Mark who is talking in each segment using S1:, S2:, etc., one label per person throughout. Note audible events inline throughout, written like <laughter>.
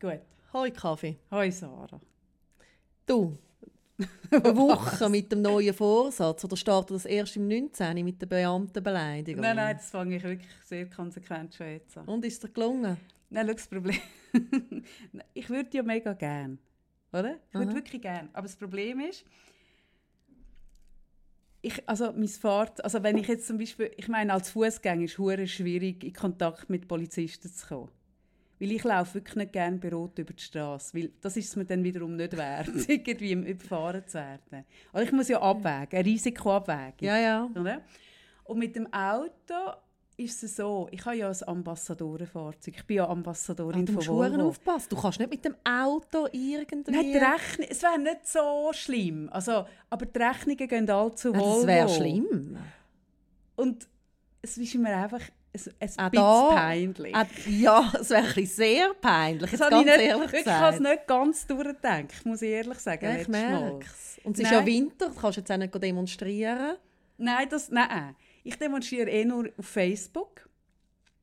S1: Gut.
S2: Hoi Kaffee.
S1: Hoi Sarah. <laughs>
S2: Du, eine Woche mit dem neuen Vorsatz oder startet das erst im 19. mit der Beamtenbeleidigung?
S1: Nein, nein, das fange ich wirklich sehr konsequent schon jetzt an.
S2: Und ist es dir gelungen?
S1: Nein, schau, das Problem... <laughs> ich würde ja mega gern, oder? Ich würde
S2: Aha.
S1: wirklich gern. Aber das Problem ist, ich, also mein Fahrt, also wenn ich jetzt zum Beispiel, ich meine, als Fußgänger ist es schwierig, in Kontakt mit Polizisten zu kommen. Weil ich laufe wirklich nicht gerne bei Rot über die Straße, weil das ist es mir dann wiederum nicht wert, <laughs> irgendwie überfahren zu werden. Aber ich muss ja abwägen, ein Risiko abwägen.
S2: Ja, ja.
S1: Oder? Und mit dem Auto ist es so, ich habe ja ein Ambassadorenfahrzeug. Ich bin ja
S2: Ah, du
S1: Ambassadorin von
S2: musst Huren
S1: Volvo.
S2: aufpassen. Du kannst nicht mit dem Auto irgendwie...
S1: Nein, die Rechnung, es wäre nicht so schlimm. Also, aber die Rechnungen gehen alle zu
S2: Nein,
S1: Volvo.
S2: das wäre schlimm.
S1: Und es ist mir einfach ein,
S2: Auch
S1: ein bisschen
S2: Ah, da-
S1: peinlich.
S2: Ah, ja, es wäre ein bisschen sehr peinlich. Jetzt
S1: habe
S2: ganz
S1: ich nicht,
S2: ehrlich
S1: ich habe es
S2: gesagt.
S1: nicht ganz durchgedacht, muss ich ehrlich sagen.
S2: Ja, ich
S1: letztes Mal.
S2: merke es. Und es ist
S1: Nein.
S2: ja Winter, du kannst jetzt auch nicht demonstrieren.
S1: Nein, das, nein. Ich demonstriere eh nur auf Facebook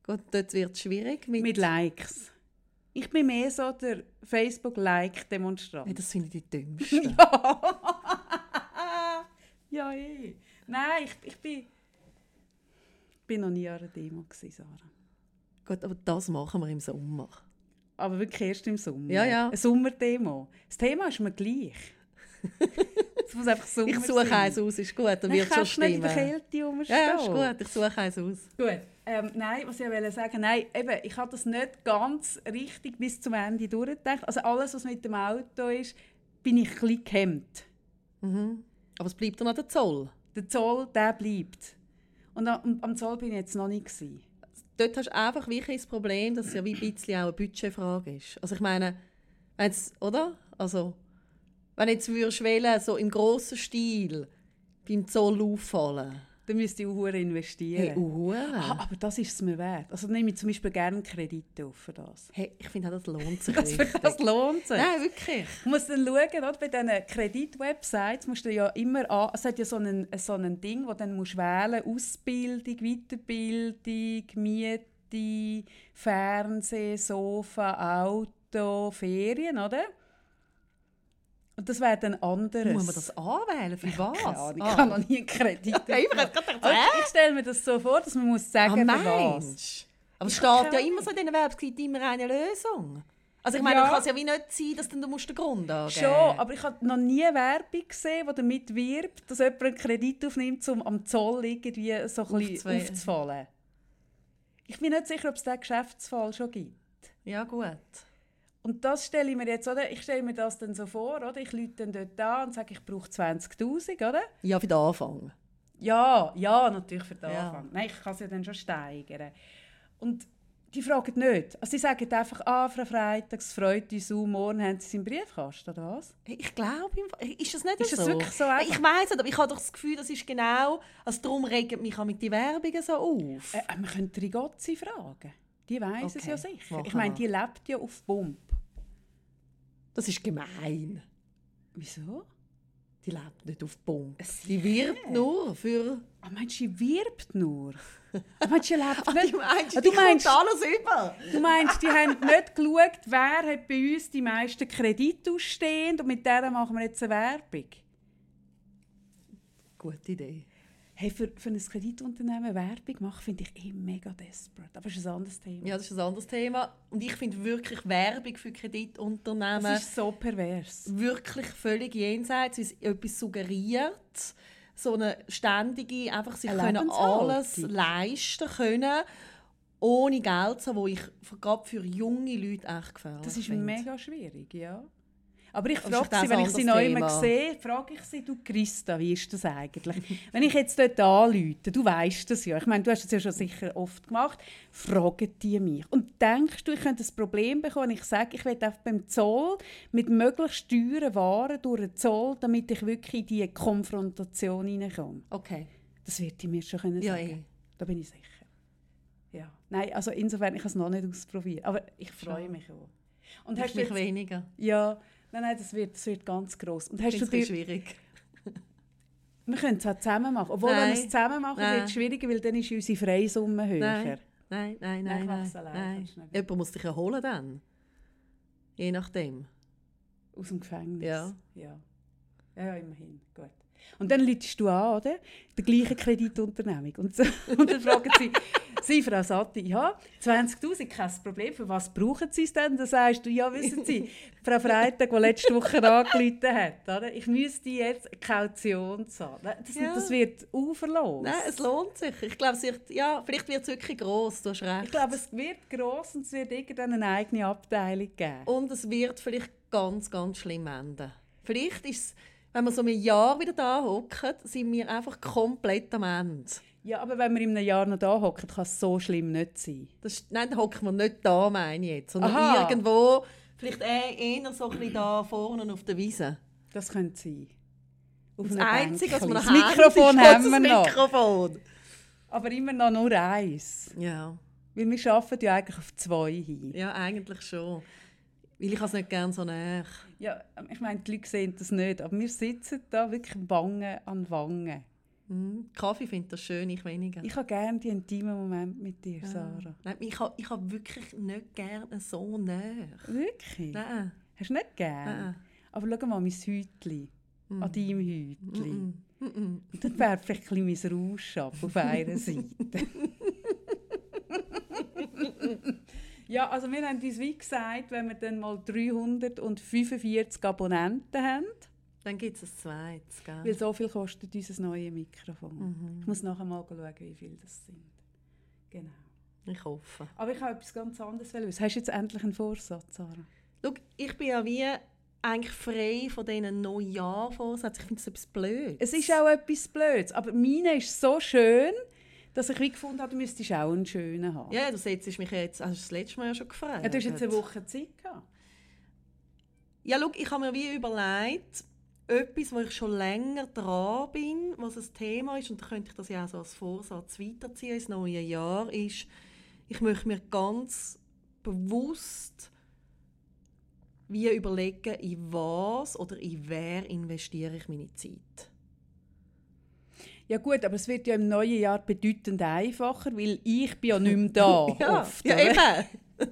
S2: Gut, dort wird es schwierig. Mit,
S1: mit Likes. Ich bin mehr so der Facebook-Like-Demonstrant.
S2: Nein, das finde
S1: <laughs>
S2: ich die dümmsten.
S1: ja. ja, eh. Nein, ich, ich bin. Ich bin noch nie an einer Demo, gewesen, Sarah.
S2: Gut, aber das machen wir im Sommer.
S1: Aber wirklich erst im Sommer.
S2: Ja, ja.
S1: Eine Sommerdemo. Das Thema ist
S2: <laughs>
S1: mir gleich. es muss einfach Sommer
S2: Ich suche
S1: sein.
S2: eins aus, ist gut, dann
S1: Nein,
S2: wird
S1: ich
S2: schon
S1: kann's nicht in der
S2: stimmen.
S1: Kälte rumstehen.
S2: Ja, ist gut, ich suche eins aus.
S1: Gut. Ähm, nein, was ich wollte sagen, nein, eben, ich habe das nicht ganz richtig bis zum Ende durchgedacht. Also alles, was mit dem Auto ist, bin ich ein bisschen gehemmt.
S2: Mhm. Aber es bleibt ja noch der Zoll.
S1: Der Zoll, der bleibt. Und am, am Zoll bin ich jetzt noch nicht. Gewesen.
S2: Dort hast du einfach wirklich das Problem, dass es ja wie ein bisschen auch eine Budgetfrage ist. Also ich meine, wenn's, oder? Also, wenn jetzt würdest wählen, so im grossen Stil beim Zoll auffallen.
S1: Dann müsste ich auch verdammt investieren.
S2: Hey, Uhren.
S1: ah, aber das ist es mir wert. Also nehme ich zum Beispiel gerne einen Kredit auf für das. <laughs>
S2: Hey, ich finde, auch, das lohnt sich
S1: Das, <laughs>
S2: richtig.
S1: das lohnt sich.
S2: Nein, wirklich.
S1: Du musst dann schauen, oder? bei diesen Kreditwebsites musst du ja immer an, es hat ja so ein so einen Ding, wo dann musst du wählen Ausbildung, Weiterbildung, Miete, Fernsehen, Sofa, Auto, Ferien, oder? Und das wäre dann anderes.
S2: Muss man das anwählen? Für was?
S1: Keine Ahnung, ich
S2: Ah.
S1: habe noch nie einen Kredit.
S2: <laughs> Ja, ich hab grad gedacht,
S1: Also, ich stelle mir das so vor, dass man muss
S2: Ah,
S1: sagen, für was.
S2: meinst Aber es steht ja immer so in diesen Werbs, es gibt immer eine Lösung. Also ich meine,
S1: Ja.
S2: kann es ja wie nicht sein, dass dann du musst den Grund angeben
S1: Schon, aber ich habe noch nie Werbung gesehen, die damit wirbt, dass jemand einen Kredit aufnimmt, um am Zoll irgendwie so ein bisschen
S2: Aufzuwe-
S1: aufzufallen. Ich bin nicht sicher, ob es diesen Geschäftsfall schon gibt.
S2: Ja gut.
S1: Und das stelle ich mir jetzt, oder? Ich stelle mir das dann so vor, oder? Ich lüte dann dort an und sage, ich brauche 20'000, oder?
S2: Ja, für den Anfang.
S1: Ja, ja, natürlich für den
S2: Ja.
S1: Anfang. Nein, ich kann es ja dann schon steigern. Und die fragen nicht. Also sie sagen einfach, ah, Frau Freitag, es freut uns auch, morgen haben sie es im Briefkasten, oder was?
S2: Ich glaube, im Fall- ist das nicht
S1: Ist
S2: so?
S1: das wirklich so einfach?
S2: Ich weiß nicht, aber ich habe doch das Gefühl, das ist genau, also darum regt mich auch mit die Werbungen so auf.
S1: Äh, äh, wir können die Rigozzi fragen. Die weiss es
S2: Okay,
S1: ja sicher.
S2: machen
S1: Ich meine,
S2: wir.
S1: die lebt ja auf Pump.
S2: Das ist gemein.
S1: Wieso?
S2: Die lebt nicht auf Pump. Die wirbt nur für...
S1: Ah, meinst du, sie wirbt nur? Ah, meinst du, sie
S2: <laughs>
S1: lebt
S2: Ah,
S1: nicht?
S2: die meinst,
S1: Ah,
S2: die
S1: du, meinst,
S2: kommt alles über.
S1: du meinst, die haben nicht geschaut, wer hat bei uns die meisten Kredite ausstehend und mit der machen wir jetzt eine Werbung.
S2: Gute Idee.
S1: Hey, für, für ein Kreditunternehmen Werbung machen, finde ich eh mega desperate. Aber das ist ein anderes Thema.
S2: Ja, das ist ein anderes Thema. Und ich finde wirklich Werbung für Kreditunternehmen...
S1: Das ist so pervers.
S2: wirklich völlig jenseits, wie es etwas suggeriert. So eine ständige, einfach sich
S1: Eine
S2: können
S1: Lebenshaltung.
S2: alles leisten können, ohne Geld zu haben, wo ich für- gerade für junge Leute echt gefährlich
S1: Das ist
S2: finde.
S1: mega schwierig, ja. Aber ich
S2: Das ist
S1: frage
S2: ein
S1: sie, wenn ich sie
S2: anderes
S1: neu immer
S2: Thema.
S1: sehe, frage ich sie, du Christa, wie ist das eigentlich? wenn ich jetzt dort anrufe, du weißt das ja, ich meine, du hast das ja schon sicher oft gemacht, fragen die mich. Und denkst du, ich könnte ein Problem bekommen, wenn ich sage, ich will einfach beim Zoll mit möglichst teuren Waren durch den Zoll, damit ich wirklich in diese Konfrontation hineinkomme?
S2: Okay.
S1: Das wird die mir schon können
S2: Ja,
S1: sagen.
S2: eh.
S1: Da bin ich sicher. Ja. Nein, also insofern, ich habe es noch nicht ausprobiert. Aber ich freue
S2: Schade.
S1: mich auch. Und
S2: Ich
S1: hast du
S2: mich
S1: jetzt,
S2: weniger.
S1: ja, nein, nein, das wird, das wird ganz gross. Und hast
S2: Ich
S1: du
S2: finde es
S1: dir,
S2: schwierig.
S1: wir können es auch zusammen machen. Obwohl, wenn
S2: Nein.
S1: wir es zusammen machen,
S2: Nein.
S1: wird es schwieriger, weil dann ist unsere Freisumme höher.
S2: Nein, nein, nein,
S1: Nein, ich
S2: nein,
S1: mach's
S2: nein,
S1: allein,
S2: nein.
S1: kannst du nicht.
S2: Jemand muss dich erholen dann. Je nachdem.
S1: Aus dem Gefängnis.
S2: Ja.
S1: Ja, ja, ja, immerhin. Gut. Und dann läutest du an, oder? Der gleiche Kreditunternehmung. Und, so, <laughs> und dann fragen sie, Sie, Frau Satti, ja, 20'000, kein Problem, für was brauchen Sie es denn? Dann sagst du, ja, wissen Sie, Frau Freitag, die letzte Woche angerufen hat, oder? ich müsste jetzt eine Kaution zahlen. Das,
S2: Ja.
S1: das wird uferlos.
S2: Nein, es lohnt sich. Ich glaube, es wird- ja, vielleicht wird es wirklich gross, du hast recht.
S1: ich glaube, es wird gross und es wird irgendwann eine eigene Abteilung geben.
S2: Und es wird vielleicht ganz, ganz schlimm enden. Vielleicht ist es, wenn wir so ein Jahr wieder da hocken, sind wir einfach komplett am Ende.
S1: Ja, aber wenn wir in einem Jahr noch da hocken, kann es so schlimm nicht sein.
S2: Das ist, nein, dann hocken wir nicht da, meine ich jetzt, sondern
S1: Aha.
S2: irgendwo, vielleicht eh- eher so ein bisschen da vorne auf der Wiese.
S1: Das könnte sein. Auf
S2: Das
S1: einem
S2: Einzige, was wir
S1: Bänkchen.
S2: noch
S1: das Mikrofon haben,
S2: ist
S1: wir
S2: das
S1: noch.
S2: Mikrofon.
S1: Aber immer noch nur eins.
S2: Ja.
S1: Weil wir arbeiten ja eigentlich auf zwei hin.
S2: ja, eigentlich schon. Weil ich es nicht gerne so näher.
S1: Ja, ich meine, die Leute sehen das nicht, aber wir sitzen da wirklich Wange an Wange.
S2: Hm, Kaffee finde das schön, ich weniger.
S1: Ich habe gerne die intimen Momente mit
S2: Ah.
S1: dir, Sarah.
S2: Nein, ich habe ich hab wirklich nicht gerne so näher.
S1: Wirklich?
S2: Nein. Ah,
S1: Hast du nicht gerne?
S2: Nein.
S1: Aber schau mal mein Häutchen. An
S2: Hm.
S1: deinem Häutchen.
S2: Mm-mm. Mm-mm.
S1: Und dann wäre vielleicht ein bisschen mein Rausch ab auf einer Seite. <laughs> ja, also wir haben uns wie gesagt, wenn wir dann mal 345 Abonnenten haben,
S2: Dann gibt es ein zweites, gell?
S1: weil so viel kostet unser neues Mikrofon. Ich muss nachher mal schauen, wie viel das sind. Genau.
S2: Ich hoffe.
S1: Aber ich habe etwas ganz anderes wissen. Hast du jetzt endlich einen Vorsatz, Sarah?
S2: Schau, ich bin ja wie eigentlich frei von diesen Neujahrvorsätzen. Ich finde es etwas blöd.
S1: Es ist auch etwas Blödes, aber meine ist so schön, dass ich wie gefunden habe, du müsstest auch einen schönen haben.
S2: Ja, du setzt mich jetzt... Also das letzte Mal ja schon gefragt.
S1: Ja, du hast jetzt eine Woche Zeit gehabt.
S2: Ja, schau, ich habe mir wie überlegt, etwas, wo ich schon länger dran bin, was ein Thema ist, und da könnte ich das ja auch so als Vorsatz weiterziehen ins neue Jahr, ist, ich möchte mir ganz bewusst wie überlegen, in was oder in wer investiere ich meine Zeit.
S1: Ja gut, aber es wird ja im neuen Jahr bedeutend einfacher, weil ich bin ja
S2: <laughs>
S1: nicht mehr da. oft,
S2: ja
S1: oder?
S2: eben. Ah, <laughs>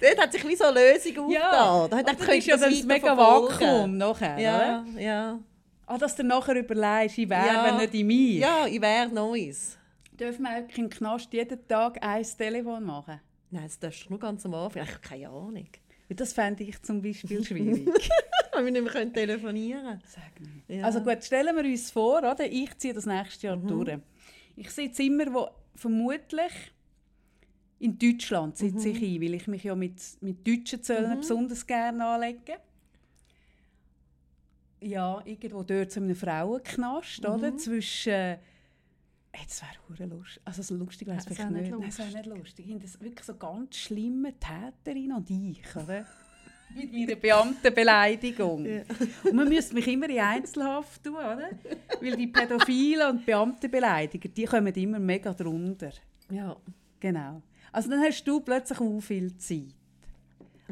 S2: Dort hat sich wie so eine Lösung aufgetan. Da
S1: Ja,
S2: hat
S1: aber
S2: gedacht,
S1: das
S2: könnte
S1: ist ja
S2: ich das
S1: das mega
S2: weiterverfolgen.
S1: Vakuum nachher. oder?
S2: Ja, ja.
S1: Ah, dass du nachher überlegst, ich wäre,
S2: Ja.
S1: wenn nicht in mir.
S2: Ja, in wer Neues.
S1: Dürfen wir eigentlich im Knast jeden Tag ein Telefon machen?
S2: Nein, das darfst du nur ganz am Anfang. Ich habe keine Ahnung.
S1: Weil das fände ich zum Beispiel schwierig.
S2: <laughs> Wenn wir nicht mehr können telefonieren
S1: Sag nicht.
S2: Ja. Mhm.
S1: Also gut, stellen wir uns vor, oder? ich ziehe das nächste Jahr durch. Ich sitze immer, wo vermutlich in Deutschland sitze
S2: Mhm.
S1: ich ein, weil ich mich ja mit, mit deutschen Zöllnern besonders gerne anlege. Ja, irgendwo dort zu einem Frauenknast,
S2: Mhm.
S1: oder? Zwischen... Äh, das wäre hure lustig. Also so lustig wäre es
S2: Nein, es
S1: vielleicht
S2: wäre
S1: nicht.
S2: nicht
S1: Nein, es wäre nicht lustig. Hinter so- wirklich so ganz schlimme Täterin und ich,
S2: <laughs>
S1: oder? Mit meiner Beamtenbeleidigung.
S2: Ja.
S1: Und man müsste mich immer in Einzelhaft tun, oder? Weil die Pädophilen und Beamtenbeleidiger, die kommen immer mega drunter.
S2: haben. Ja.
S1: Genau. Also dann hast du plötzlich auch viel Zeit.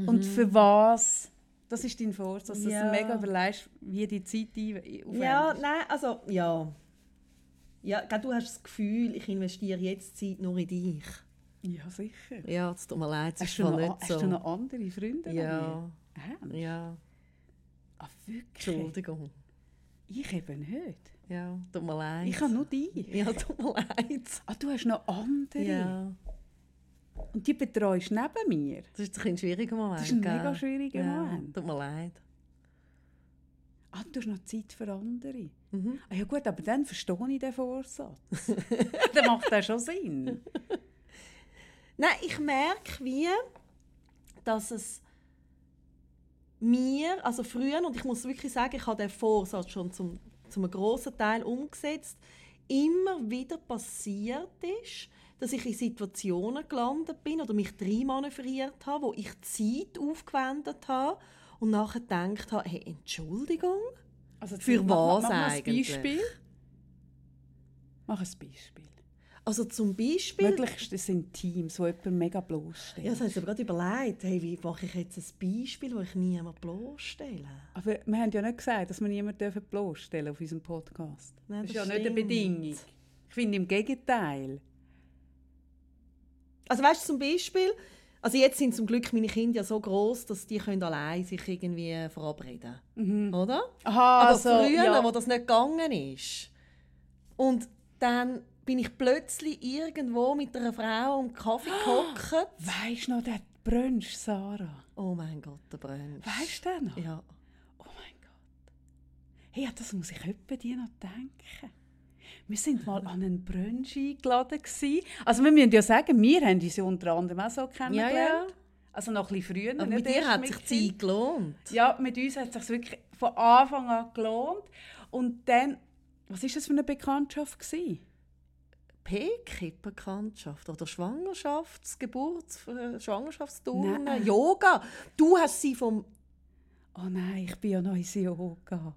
S1: Und für was? Das ist dein Vorsatz, dass
S2: Mhm. Ja.
S1: du mega überlegst, wie die Zeit ein- aufwendest.
S2: ja, nein, also, ja. Ja, gell, du hast das Gefühl, ich investiere jetzt Zeit nur in dich.
S1: ja, sicher.
S2: Ja, es tut mir leid, es
S1: Hast
S2: ist
S1: du,
S2: voll
S1: noch,
S2: nicht
S1: hast
S2: so.
S1: du noch andere Freunde?
S2: ja,
S1: Ah,
S2: ja,
S1: ah, wirklich?
S2: Entschuldigung.
S1: Ich eben nicht.
S2: Ja, tut mir leid.
S1: Ich habe nur dich.
S2: Ja, tut mir leid.
S1: Ah, du hast noch andere.
S2: Ja,
S1: Und die betreust du neben mir.
S2: das ist ein, ein schwieriger Moment.
S1: Das ist ein
S2: gell?
S1: mega schwieriger
S2: ja,
S1: Moment.
S2: Tut mir leid.
S1: Ah, du hast noch Zeit für andere.
S2: Mhm.
S1: Ah, ja gut, aber dann verstehe ich den Vorsatz. <laughs> dann macht das schon Sinn.
S2: Nein, ich merke wie, dass es mir, also früher, und ich muss wirklich sagen, ich habe den Vorsatz schon zum, zum einem grossen Teil umgesetzt, immer wieder passiert ist, dass ich in Situationen gelandet bin oder mich reinmanövriert habe, wo ich Zeit aufgewendet habe und nachher gedacht habe, hey, Entschuldigung?
S1: Also, jetzt
S2: Für
S1: mach- mach-
S2: was
S1: mach mal
S2: eigentlich?
S1: Ein Beispiel. Mach ein Beispiel.
S2: Also zum Beispiel...
S1: Möglichst das sind Teams, wo jemand mega bloßstellt.
S2: Ja, das habe ich mir gerade überlegt, hey, wie mache ich jetzt ein Beispiel, wo ich niemanden bloßstelle?
S1: Aber wir haben ja nicht gesagt, dass wir niemanden bloßstellen auf unserem Podcast.
S2: Nein,
S1: das ist ja
S2: das
S1: nicht eine
S2: stimmt.
S1: Bedingung. Ich finde im Gegenteil.
S2: Also weißt du zum Beispiel, Also jetzt sind zum Glück meine Kinder ja so groß, dass die können allein sich irgendwie verabreden, oder?
S1: Aha,
S2: Aber
S1: Mhm. also,
S2: früher,
S1: ja.
S2: wo das nicht gegangen ist, und dann bin ich plötzlich irgendwo mit einer Frau und Kaffee
S1: Ah!
S2: gekocht.
S1: Weißt du noch den Brunch, Sarah?
S2: Oh mein Gott, der brennt.
S1: Weißt du den noch?
S2: Ja.
S1: Oh mein Gott. Hey, an das muss ich etwa dir noch denken. Wir sind mal an einen Brunch eingeladen. Gewesen. Also wir müssen ja sagen, wir haben uns ja unter anderem auch so kennengelernt.
S2: ja.
S1: Also noch ein bisschen früher.
S2: Aber
S1: nicht
S2: mit dir
S1: erst
S2: hat
S1: mit
S2: sich
S1: Kind.
S2: die Zeit gelohnt.
S1: Ja, mit uns hat es sich wirklich von Anfang an gelohnt. Und dann, was war das für eine Bekanntschaft? Gewesen?
S2: P-Kippen-Bekanntschaft oder Schwangerschafts-, Geburts-, äh,
S1: Nein.
S2: Schwangerschaftsturnen, Yoga. Du hast sie vom...
S1: Oh nein, ich bin ja noch ins Yoga.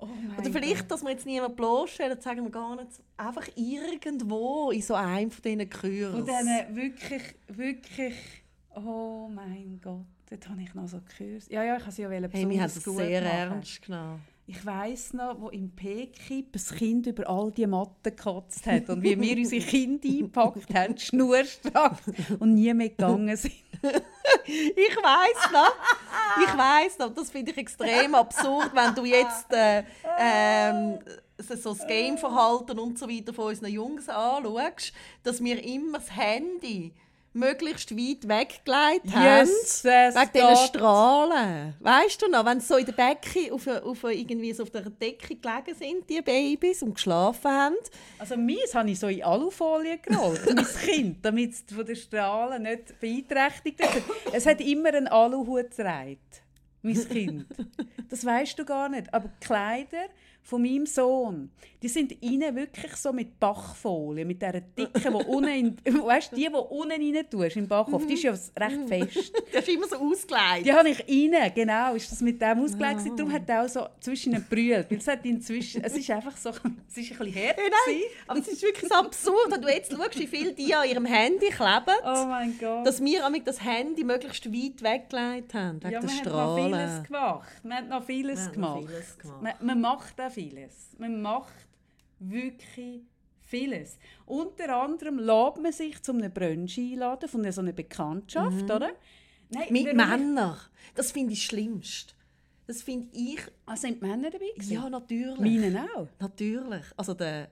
S1: Oh mein
S2: Oder vielleicht, dass wir jetzt niemanden bloßstellen, sagen wir gar nicht. Einfach irgendwo in so einem von diesen Kursen.
S1: Und dann äh, wirklich, wirklich, oh mein Gott, dort habe ich noch so Kurs. Ja, ja, ich habe sie ja wollen
S2: Hey, mir hat
S1: besonders
S2: es
S1: um gut
S2: sehr
S1: machen.
S2: ernst genommen. <laughs>
S1: Ich weiss noch, wo im Pekip ein Kind über all die Matten gekotzt hat und wie wir unsere Kinder <laughs> eingepackt haben, schnurstracks und nie mehr gegangen sind.
S2: Ich weiß noch. Ich weiß noch. Das finde ich extrem absurd, wenn du jetzt äh, ähm, so so das Gameverhalten und so weiter von unseren Jungs anschaust, dass wir immer das Handy möglichst weit weggelegt haben.
S1: Jesus
S2: Wegen diesen
S1: Gott.
S2: Strahlen. Weißt du noch, wenn sie so in der Decke, auf, auf, irgendwie so auf der Decke gelegen sind, die Babys, und geschlafen haben?
S1: Also meins habe ich so in Alufolie gerollt, mein Kind, damit es von den Strahlen nicht beeinträchtigt wird. Es hat immer einen Aluhut getragen, mein Kind. Das weißt du gar nicht. Aber die Kleider von meinem Sohn, die sind innen wirklich so mit Bachfolie, mit dieser dicken, die unten, in, <laughs> weißt, du, die, die unten rein tust, im Bachhof, die ist ja recht fest.
S2: <laughs> Das ist immer so ausgelegt.
S1: Die habe ich rein, genau, ist das mit dem ausgelegt. gewesen. Darum hat er auch so zwischen den brüllt, weil es hat inzwischen, es ist einfach so, <laughs> es ist ein bisschen härter
S2: Nein, nein, aber es ist wirklich so absurd, wenn du jetzt schaust, wie viel die an ihrem Handy kleben,
S1: Oh mein Gott.
S2: dass wir amig das Handy möglichst weit weggelegt haben, wegen der
S1: ja, man hat noch vieles
S2: Strahlen.
S1: gemacht. Man hat noch vieles
S2: Man hat noch
S1: gemacht.
S2: vieles gemacht.
S1: Man, man macht auch vieles. Man macht wirklich vieles. Unter anderem lädt man sich zu einem Brunch einladen von so einer Bekanntschaft, oder? Nein,
S2: Mhm. Mit
S1: warum-
S2: Männern. Das finde ich schlimmst. Das finde ich...
S1: Ah, sind die Männer dabei gewesen?
S2: Ja, natürlich.
S1: Meinen auch.
S2: Natürlich. Also der,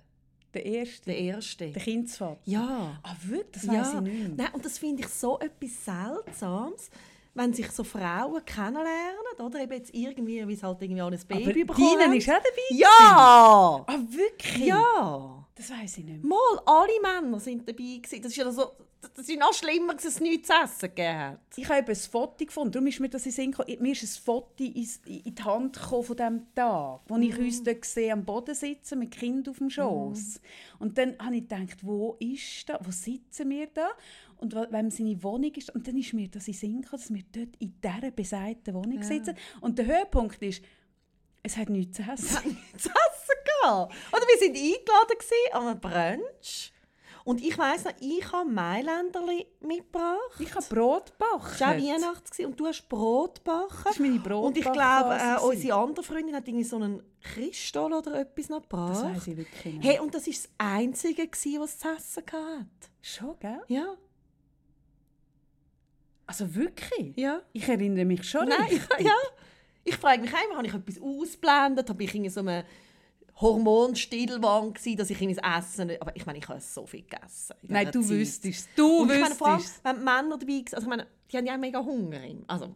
S1: Der erste,
S2: der Erste.
S1: der Kindsvater.
S2: Ja.
S1: Ah, wirklich? Das weiss
S2: ja.
S1: ich nicht mehr.
S2: Nein, und das finde ich so etwas Seltsames, wenn sich so Frauen kennenlernen, oder eben jetzt irgendwie, wie es halt irgendwie auch ein
S1: Aber
S2: Baby bekommen
S1: Dinen
S2: haben.
S1: ist auch dabei.
S2: Ja!
S1: Ah, wirklich?
S2: Ja!
S1: Das weiss ich nicht mehr.
S2: Mal, alle Männer sind dabei gewesen. Das ist ja so, das ist noch schlimmer, dass es nichts zu essen gegeben hat. <laughs>
S1: Ich habe eben ein Foto gefunden, darum ist mir das in den Sinn gekommen. Mir ist ein Foto ins- in die Hand gekommen von diesem Tag, wo ich
S2: Mhm.
S1: uns dort gesehen am Boden sitzen mit Kind auf dem Schoß. Und dann habe ich gedacht, wo ist da, wo sitzen wir da? Und wa- wem seine Wohnung ist. Und dann ist mir das in den Sinn gekommen, dass wir dort in dieser besagten Wohnung sitzen. Und der Höhepunkt ist, es hat nichts zu essen.
S2: zu essen gehen. Oder wir sind eingeladen gewesen an einem Brunch. Und ich weiss noch, ich habe Mailänderli mitgebracht.
S1: Ich habe Brot
S2: Es war auch
S1: gebacken.
S2: Weihnachten gewesen und du hast Brot gebacken.
S1: Das war meine
S2: Und ich glaube,
S1: Brotbackphase
S2: äh,
S1: gewesen.
S2: unsere andere Freundin hat irgendwie so einen Christstall oder etwas noch gebracht.
S1: Das weiss ich wirklich nicht.
S2: Hey, und das war das Einzige, gewesen, was es zu essen hatte.
S1: Schon, gell?
S2: Ja,
S1: Also wirklich?
S2: ja.
S1: Ich erinnere mich schon
S2: Nein,
S1: richtig.
S2: ich, <laughs> ja. Ich frage mich immer, habe ich etwas ausblendet? Habe ich in so einem Hormonstillwahn gewesen, dass ich in das Essen nicht... Aber ich meine, ich habe so viel gegessen. in
S1: Nein,
S2: dieser
S1: du
S2: Zeit.
S1: wüsstest es. Du
S2: Und ich meine,
S1: wüsstest
S2: vor allem,
S1: es.
S2: wenn die Männer dabei waren, also ich meine, die haben ja auch mega Hunger. im- Also,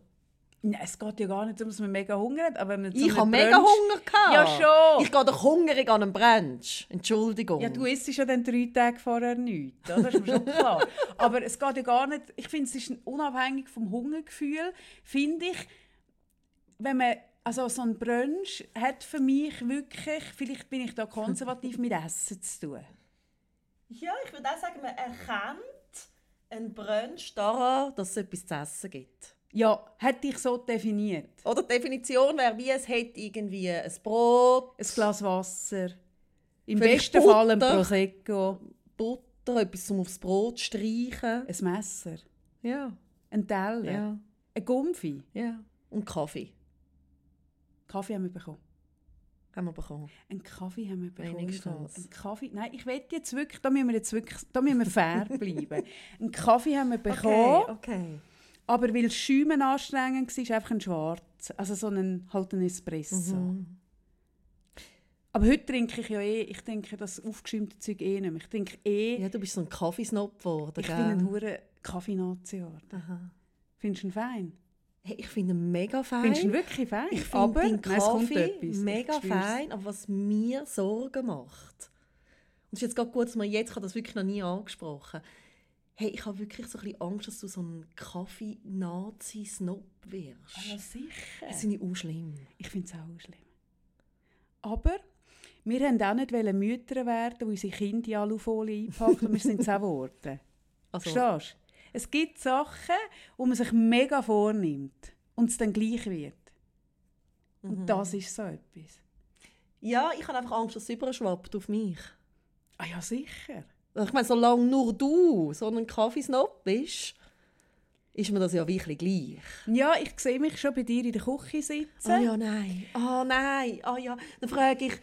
S1: Nein, es geht ja gar nicht darum, dass man mega Hunger hat. Aber wenn man zu
S2: ich
S1: einem
S2: habe mega
S1: Brunch-
S2: Hunger. Gehabt.
S1: Ja, schon.
S2: Ich gehe doch hungrig an einen Brunch. Entschuldigung.
S1: Ja, du isst ja dann drei Tage vorher nichts. oder? Das ist mir
S2: <laughs>
S1: schon klar. aber es geht ja gar nicht... Ich finde, es ist unabhängig vom Hungergefühl, finde ich, wenn man... Also so ein Brunch hat für mich wirklich... Vielleicht bin ich da konservativ mit Essen zu tun.
S2: ja, ich würde auch sagen, man erkennt einen Brunch daran, dass es etwas zu essen gibt.
S1: Ja, hätte ich so definiert.
S2: Oder die Definition wäre, wie es hätte irgendwie ein Brot,
S1: Ein Glas Wasser. Im
S2: Vielleicht
S1: besten Fall ein
S2: Butter.
S1: Prosecco.
S2: Butter, etwas zum aufs Brot streichen.
S1: Ein Messer.
S2: Ja,
S1: Ein Teller.
S2: ja,
S1: Ein Gumpfi.
S2: ja. Und Kaffee
S1: Kaffee haben wir bekommen.
S2: haben wir bekommen.
S1: Einen Kaffee haben wir bekommen.
S2: Wenigstens.
S1: Einen Kaffee. Nein, ich will
S2: <laughs>
S1: jetzt wirklich, da müssen wir jetzt wirklich, da müssen wir fair bleiben. Einen Kaffee haben wir bekommen
S2: okay.
S1: Aber weil Schäumen anstrengend war, einfach ein Schwarz. Also so ein, halt ein Espresso.
S2: Mhm.
S1: Aber heute trinke ich ja eh, ich denke das aufgeschäumte Zeug eh nicht mehr. Ich trinke eh,
S2: Ja, du bist so ein Kaffeesnob geworden.
S1: ich
S2: gell?
S1: bin ein hure Kaffee-Nazi geworden.
S2: Aha.
S1: Findest du ihn fein?
S2: Hey, ich finde ihn mega fein.
S1: Findest du ihn wirklich fein?
S2: ich finde
S1: aber
S2: deinen
S1: nein, es kommt
S2: Kaffee
S1: etwas. Ich
S2: mega
S1: spür's.
S2: fein, aber was mir Sorgen macht, und es ist jetzt gerade gut, dass man jetzt, ich habe das wirklich noch nie angesprochen, hey, ich habe wirklich so ein bisschen Angst, dass du so ein Kaffee-Nazi-Snob wirst.
S1: Ah, Ja, sicher.
S2: Das finde ich auch schlimm.
S1: Ich finde es auch schlimm. Aber wir wollten auch nicht wollen Mütter werden, die unsere Kinder in Alufolie einpacken und wir sind es auch geworden. <laughs>
S2: Also,
S1: Verstehst du? Es gibt Sachen, wo man sich mega vornimmt und es dann gleich wird. Und das ist so etwas.
S2: ja, ich habe einfach Angst, dass es überschwappt auf mich.
S1: Ah ja, sicher.
S2: Ich meine, solange nur du so ein Kaffeesnob bist, ist mir das ja wirklich gleich.
S1: Ja, ich sehe mich schon bei dir in der Küche sitzen.
S2: Ah ja, nein. Ah nein. Ah ja. Dann frage ich,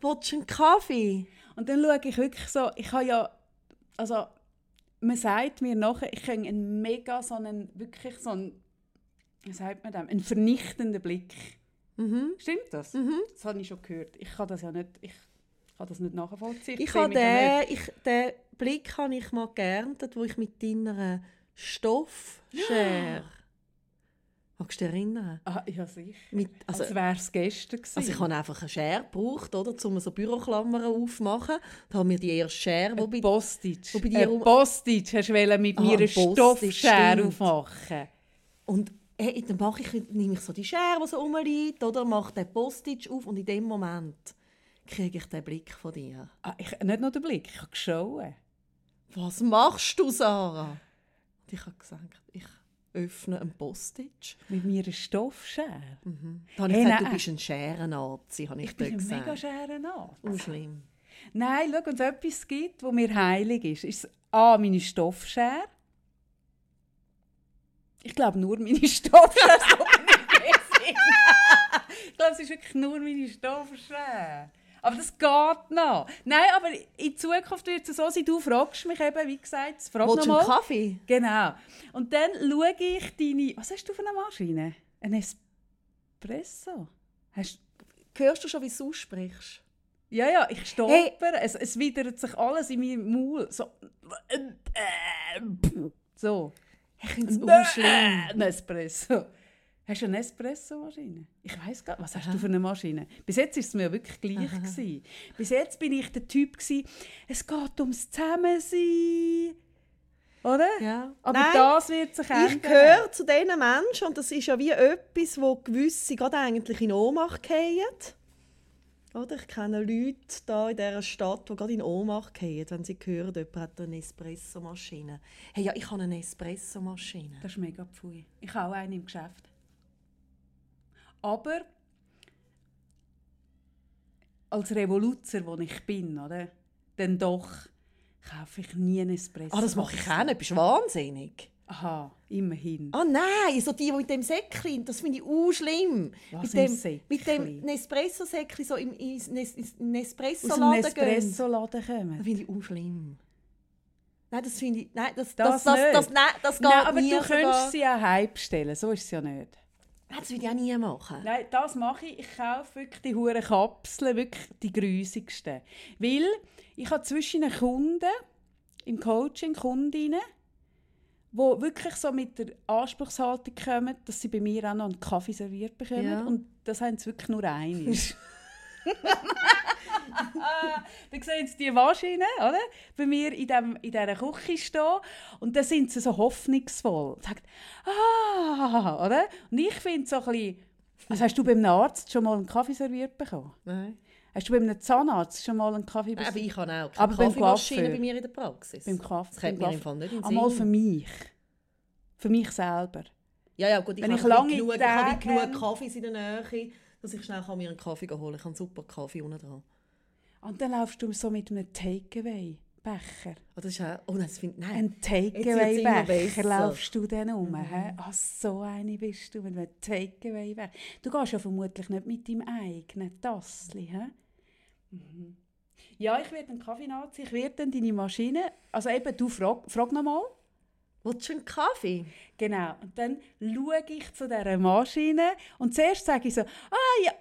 S2: willst du einen Kaffee?
S1: Und dann schaue ich wirklich so, ich habe ja, also man sagt mir nachher, ich habe einen mega, so einen, wirklich so einen, wie sagt man dem, einen vernichtenden Blick.
S2: Mhm.
S1: Stimmt das? Das habe ich schon gehört. Ich kann das ja nicht, ich kann das nicht nachvollziehen.
S2: Ich
S1: sehe
S2: habe
S1: mich ja nicht.
S2: den, ich, den Blick habe ich mal geerntet, wo ich mit deiner Stoffschere... Magst du dich erinnern?
S1: Ah, ja, sicher.
S2: Mit, also,
S1: Also, Als wäre es gestern gewesen.
S2: also ich habe einfach eine Schere gebraucht, oder, um so Büroklammern aufzumachen. Da haben wir die erste Schere, die bei...
S1: Postage.
S2: wo bei dir
S1: Eine
S2: um-
S1: Postage hast du wollen mit
S2: Ah,
S1: mir
S2: eine
S1: eine
S2: Postage,
S1: Stoffschere
S2: stimmt.
S1: aufmachen.
S2: Und hey, dann mache ich, nehme ich so die Schere, die so rumliegt, oder, mache den Postage auf und in dem Moment kriege ich den Blick von dir.
S1: Ah, ich, nicht nur den Blick, ich habe geschaut.
S2: «Was machst du, Sarah?» Und ich habe gesagt, ich öffne einen Postage.
S1: Mit mir eine Stoffschere.
S2: Mhm. Da habe ich
S1: Hey,
S2: gesagt,
S1: nein.
S2: du bist ein Scherenazi, habe ich,
S1: Ich bin
S2: dir
S1: eine
S2: gesagt.
S1: mega Schere nach.
S2: Oh, schlimm.
S1: Nein, schau, wenn es etwas gibt, wo mir heilig ist, ist es A, meine Stoffschere. Ich glaube, nur meine <laughs> Stoffschere. so bin ich besser. ich glaube, es ist wirklich nur meine Stoffschere. Aber das geht noch. Nein, aber in Zukunft wird es so sein, du fragst mich eben, wie gesagt, frag
S2: Willst du
S1: nochmal.
S2: einen Kaffee?
S1: Genau. Und dann schaue ich deine... Was hast du für eine Maschine? Ein Espresso? Hast
S2: Hörst du schon, wie du es aussprichst?
S1: Ja, ja, ich stolper. Es, es widert sich alles in meinem Maul. So. So.
S2: Ich finde es
S1: Bäh,
S2: auch schlimm.
S1: Nespresso. Hast du eine Nespresso-Maschine? Ich weiß gar nicht, was hast du für eine Maschine? Bis jetzt war es mir ja wirklich gleich. Gewesen. Bis jetzt bin ich der Typ, gewesen, es geht ums Zusammensein. Oder?
S2: Ja.
S1: Aber
S2: Nein,
S1: das wird sich
S2: Ich gehöre zu diesen Menschen, und das ist ja wie etwas, wo gewisse gerade eigentlich in Ohnmacht fallen. Oder ich kenne Leute da in dieser Stadt, die gerade in Ohnmacht fallen, wenn sie hören, jemand hat eine Espressomaschine. Hey, ja, ich habe eine Espressomaschine.
S1: Das ist mega pfui. Ich habe auch einen im Geschäft. Aber als Revoluzer, wo ich bin, oder? Dann doch kaufe ich nie einen Espresso.
S2: Ah, das mache ich auch nicht, bist du wahnsinnig.
S1: Aha, immerhin.
S2: Ah nein, so die, die mit dem Säckchen, das finde ich auch schlimm.
S1: Was
S2: mit
S1: im
S2: dem,
S1: Säckchen?
S2: mit dem Nespresso-Säckchen so im, ins Nes- ins
S1: Aus dem
S2: Nespresso-Laden gehen.
S1: Espresso-Laden
S2: Das
S1: kommen.
S2: finde ich auch schlimm. Nein, das finde ich, nein, das,
S1: Das
S2: das, das,
S1: nicht.
S2: das, nein, das geht
S1: Nein, aber
S2: nie
S1: du
S2: sogar.
S1: könntest sie auch heimstellen, so ist es ja nicht.
S2: Nein, das würde ich auch nie machen.
S1: Nein, das mache ich. Ich kaufe wirklich die hure Kapseln, wirklich die grusigsten. Weil ich habe zwischen den Kunden im Coaching Kundinnen, wo wirklich so mit der Anspruchshaltung kommen, dass sie bei mir auch noch einen Kaffee serviert bekommen.
S2: Ja.
S1: Und das haben sie wirklich nur einmal.
S2: <laughs>
S1: Dann sehen sie die Maschine oder? bei mir in, dem, in dieser Küche stehen und dann sind sie so hoffnungsvoll. Und sagt, ah, oder? Und ich finde so ein bisschen, also hast du beim Arzt schon mal einen Kaffee serviert bekommen?
S2: Nein.
S1: Hast du beim einem Zahnarzt schon mal einen Kaffee
S2: Nein, Äh, aber
S1: bekommen?
S2: ich habe auch keine
S1: Aber beim
S2: Kaffeemaschine
S1: Coiffeur.
S2: bei mir in der Praxis.
S1: Beim Kaffee.
S2: das kommt
S1: beim
S2: mir im Fall nicht in den
S1: Einmal für
S2: Sinn.
S1: mich. Für mich selber.
S2: Ja, ja, gut, ich
S1: Wenn
S2: habe
S1: ich
S2: nicht
S1: lange
S2: genug, ich habe nicht
S1: Tage-
S2: genug Kaffees in der Nähe, dass ich schnell kann mir einen Kaffee holen kann. Ich habe einen super Kaffee unten dran.
S1: Und dann laufst du so mit einem Takeaway-Becher.
S2: Oh, das ist auch, oh nein, das finde ich, nein.
S1: Ein
S2: Jetzt wird's immer
S1: Takeaway-Becher
S2: besser. Mhm.
S1: laufst du dann um. hä? Ah, so eine bist du, wenn du einen Takeaway-Becher... Du gehst ja vermutlich nicht mit deinem eigenen Tassli, hä? Mhm. Ja, ich werde einen Kaffee nachziehen, ich werde dann deine Maschine... Also eben, du frag, frag nochmal.
S2: Willst du einen Kaffee?
S1: Genau. Und dann schaue ich zu dieser Maschine und zuerst sage ich so, ah ja,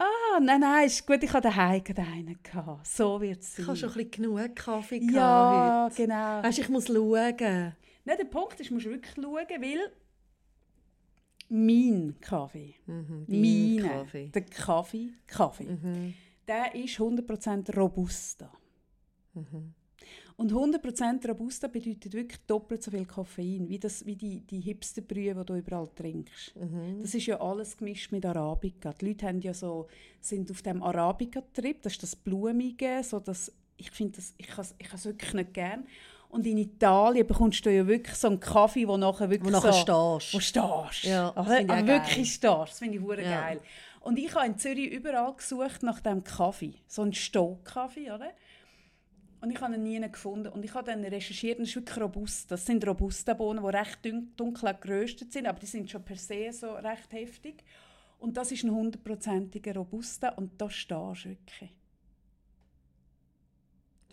S1: ah, nein, nein, ist gut, ich hatte daheim gerade einen. Gehabt. So wird es
S2: Ich
S1: sein.
S2: habe schon ein bisschen genug Kaffee
S1: ja,
S2: gehabt heute.
S1: genau.
S2: Weißt, du, ich muss schauen.
S1: Nein, der Punkt ist, musst du wirklich schauen, weil mein Kaffee,
S2: Mhm, dein
S1: meine,
S2: Kaffee.
S1: der Kaffee, Kaffee,
S2: Mhm.
S1: der ist 100% Robusta.
S2: Mhm.
S1: Und 100% Robusta bedeutet wirklich doppelt so viel Koffein, wie, das, wie die, die Hipsterbrühe, die du überall trinkst.
S2: Mhm.
S1: Das ist ja alles gemischt mit Arabica. Die Leute haben ja so, sind auf dem Arabica-Trip, das ist das Blumige, so das, ich finde das, ich kann es ich kann's wirklich nicht gern. Und in Italien bekommst du ja wirklich so einen Kaffee, wo nachher
S2: Wo
S1: wirklich
S2: nachher
S1: so,
S2: stehst
S1: wo stehst.
S2: Ja, das
S1: aber,
S2: finde ich auch
S1: aber
S2: geil.
S1: wirklich stehst. Das finde ich hure
S2: Ja.
S1: geil. Und ich habe in Zürich überall gesucht nach dem Kaffee, so einen Stockkaffee, oder? Und ich habe ihn nie gefunden. Und ich habe dann recherchiert, und das ist wirklich robust. Das sind Robusta-Bohnen, die recht dun- dunkel geröstet sind, aber die sind schon per se so recht heftig. Und das ist ein hundertprozentiger Robusta und da stehst du wirklich.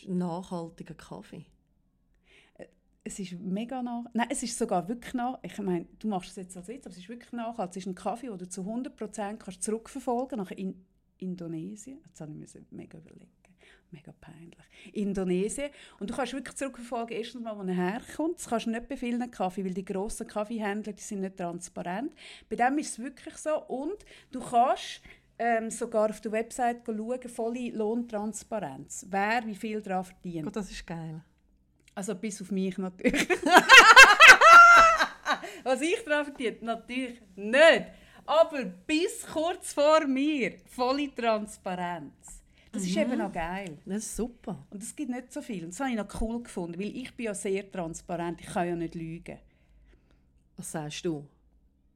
S2: Nachhaltiger Kaffee.
S1: Es ist mega nach. Nein, es ist sogar wirklich nach. Ich meine, du machst es jetzt als Witz, aber es ist wirklich nach. Es ist ein Kaffee, den du zu 100% kannst zurückverfolgen nach in Indonesien. Jetzt habe ich mir mega überlegen. Mega peinlich. Indonesien. Und du kannst wirklich zurückverfolgen, erstens mal, wo er herkommt. Das kannst du nicht bei vielen Kaffee, weil die grossen Kaffeehändler die sind nicht transparent. Bei dem ist es wirklich so. Und du kannst ähm, sogar auf der Website schauen, volle Lohntransparenz. Wer wie viel daran verdient.
S2: Gott, das ist geil.
S1: Also bis auf mich
S2: <laughs>
S1: natürlich. <laughs> Was ich daran verdiene, natürlich nicht. Aber bis kurz vor mir, volle Transparenz. Das
S2: Mhm.
S1: ist eben auch geil.
S2: Das ist super.
S1: Und es gibt nicht so viel. Und das habe ich noch cool gefunden, weil ich bin ja sehr transparent. Ich kann ja nicht lügen.
S2: Was sagst du?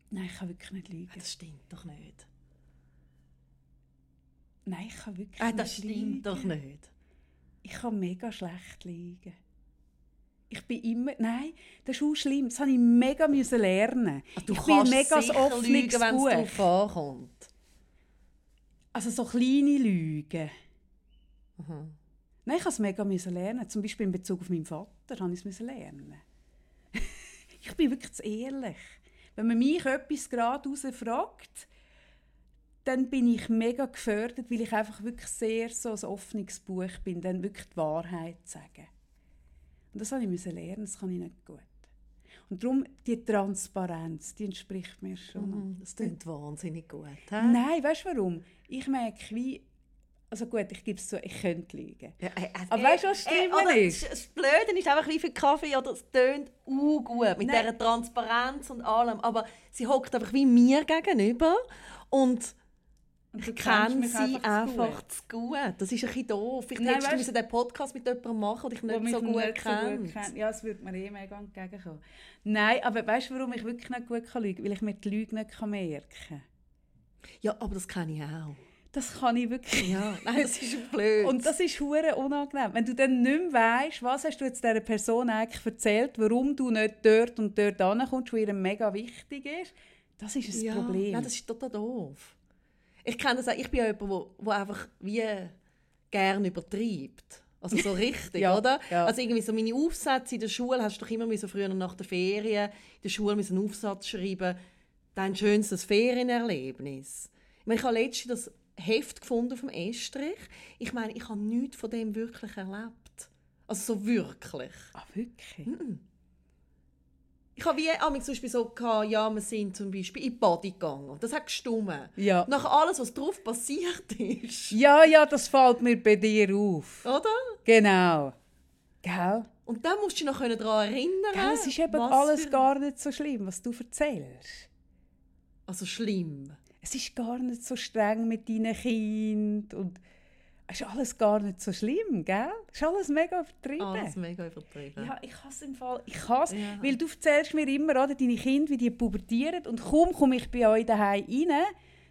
S1: Nein, ich kann wirklich nicht lügen.
S2: Das stimmt doch nicht.
S1: Nein, ich kann wirklich
S2: Ah,
S1: nicht
S2: das
S1: lügen.
S2: stimmt doch nicht.
S1: Ich kann mega schlecht liegen. Ich bin immer. Nein, das ist auch schlimm. Das habe ich mega müssen lernen.
S2: Ah, Du
S1: ich
S2: kannst
S1: das
S2: sicher lügen, wenn
S1: Buch.
S2: es drauf ankommt.
S1: Also so kleine Lügen. Nein, ich musste es mega müssen lernen. Zum Beispiel in Bezug auf meinen Vater musste ich es müssen lernen. <laughs> ich bin wirklich zu ehrlich. Wenn man mich etwas geradeaus fragt, dann bin ich mega gefördert, weil ich einfach wirklich sehr so ein offenes Buch bin, dann wirklich die Wahrheit sagen. Und das habe ich müssen lernen, das kann ich nicht gut. Und darum, die Transparenz, die entspricht mir schon.
S2: Mhm, Das klingt wahnsinnig gut. hä?
S1: Nein, weißt du warum? Ich merke, wie. Also gut, ich gebe es zu, ich könnte lügen.
S2: Ja, äh, äh,
S1: Aber
S2: äh,
S1: weißt du, was das
S2: äh,
S1: Schlimme
S2: oder
S1: ist?
S2: Das das Blöde ist einfach, wie viel Kaffee, oder es tönt gut mit
S1: Nein.
S2: dieser Transparenz und allem. Aber sie hockt einfach wie mir gegenüber und
S1: Und du
S2: kennt
S1: kennst
S2: sie
S1: mich
S2: einfach,
S1: zu gut.
S2: zu gut. Das ist ein bisschen doof. Vielleicht
S1: Nein,
S2: hättest du
S1: weißt-
S2: müssen den Podcast mit jemandem machen, den ich
S1: Wo
S2: nicht
S1: mich
S2: so gut
S1: so
S2: kenne.
S1: gut kennt. Ja, es würde mir eh mega entgegenkommen. Nein, aber weißt du, warum ich wirklich nicht gut kann lügen kann? Weil ich mir die Lüge nicht kann merken kann.
S2: ja, aber das kenne ich auch.
S1: Das kann ich wirklich.
S2: Ja, <laughs> nein, das ist blöd.
S1: Und das ist hure unangenehm. Wenn du dann nicht mehr weißt, was hast du jetzt dieser Person eigentlich erzählt, warum du nicht dort und dort ankommst, was ihr mega wichtig ist, das ist ein
S2: ja,
S1: Problem.
S2: Nein, das ist total doof. Ich kenne das auch. Ich bin ja jemand, wo, wo einfach wie gern übertreibt. Also so richtig,
S1: <laughs> Ja,
S2: oder?
S1: ja.
S2: Also irgendwie so meine Aufsätze in der Schule hast du doch immer müssen, früher nach der Ferien in der Schule müssen einen Aufsatz schreiben. Dein schönstes Ferienerlebnis. Ich, meine, ich habe letztens das Heft gefunden auf dem Estrich. Ich meine, ich habe nichts von dem wirklich erlebt. Also so wirklich.
S1: ah, wirklich?
S2: Hm. Ich habe wie amigs zum Beispiel so gehabt, ja, wir sind zum Beispiel in die Body gegangen. Das hat gestummen.
S1: Ja.
S2: Nach alles, was drauf passiert ist.
S1: Ja, ja, das fällt mir bei dir auf.
S2: Oder?
S1: Genau. Gell?
S2: Und dann musst du dich noch daran erinnern.
S1: Gell, es ist eben
S2: Ah, was
S1: alles
S2: für-
S1: gar nicht so schlimm, was du erzählst.
S2: Also schlimm.
S1: Es ist gar nicht so streng mit deinen Kind und es ist alles gar nicht so schlimm, gell? Es ist alles mega übertrieben.
S2: Alles Ah, mega übertrieben.
S1: Ja, ich hasse im Fall, ich hasse,
S2: Ja.
S1: weil du erzählst mir immer, oder, deine Kinder, wie die pubertieren und kaum komme ich bei euch daheim rein,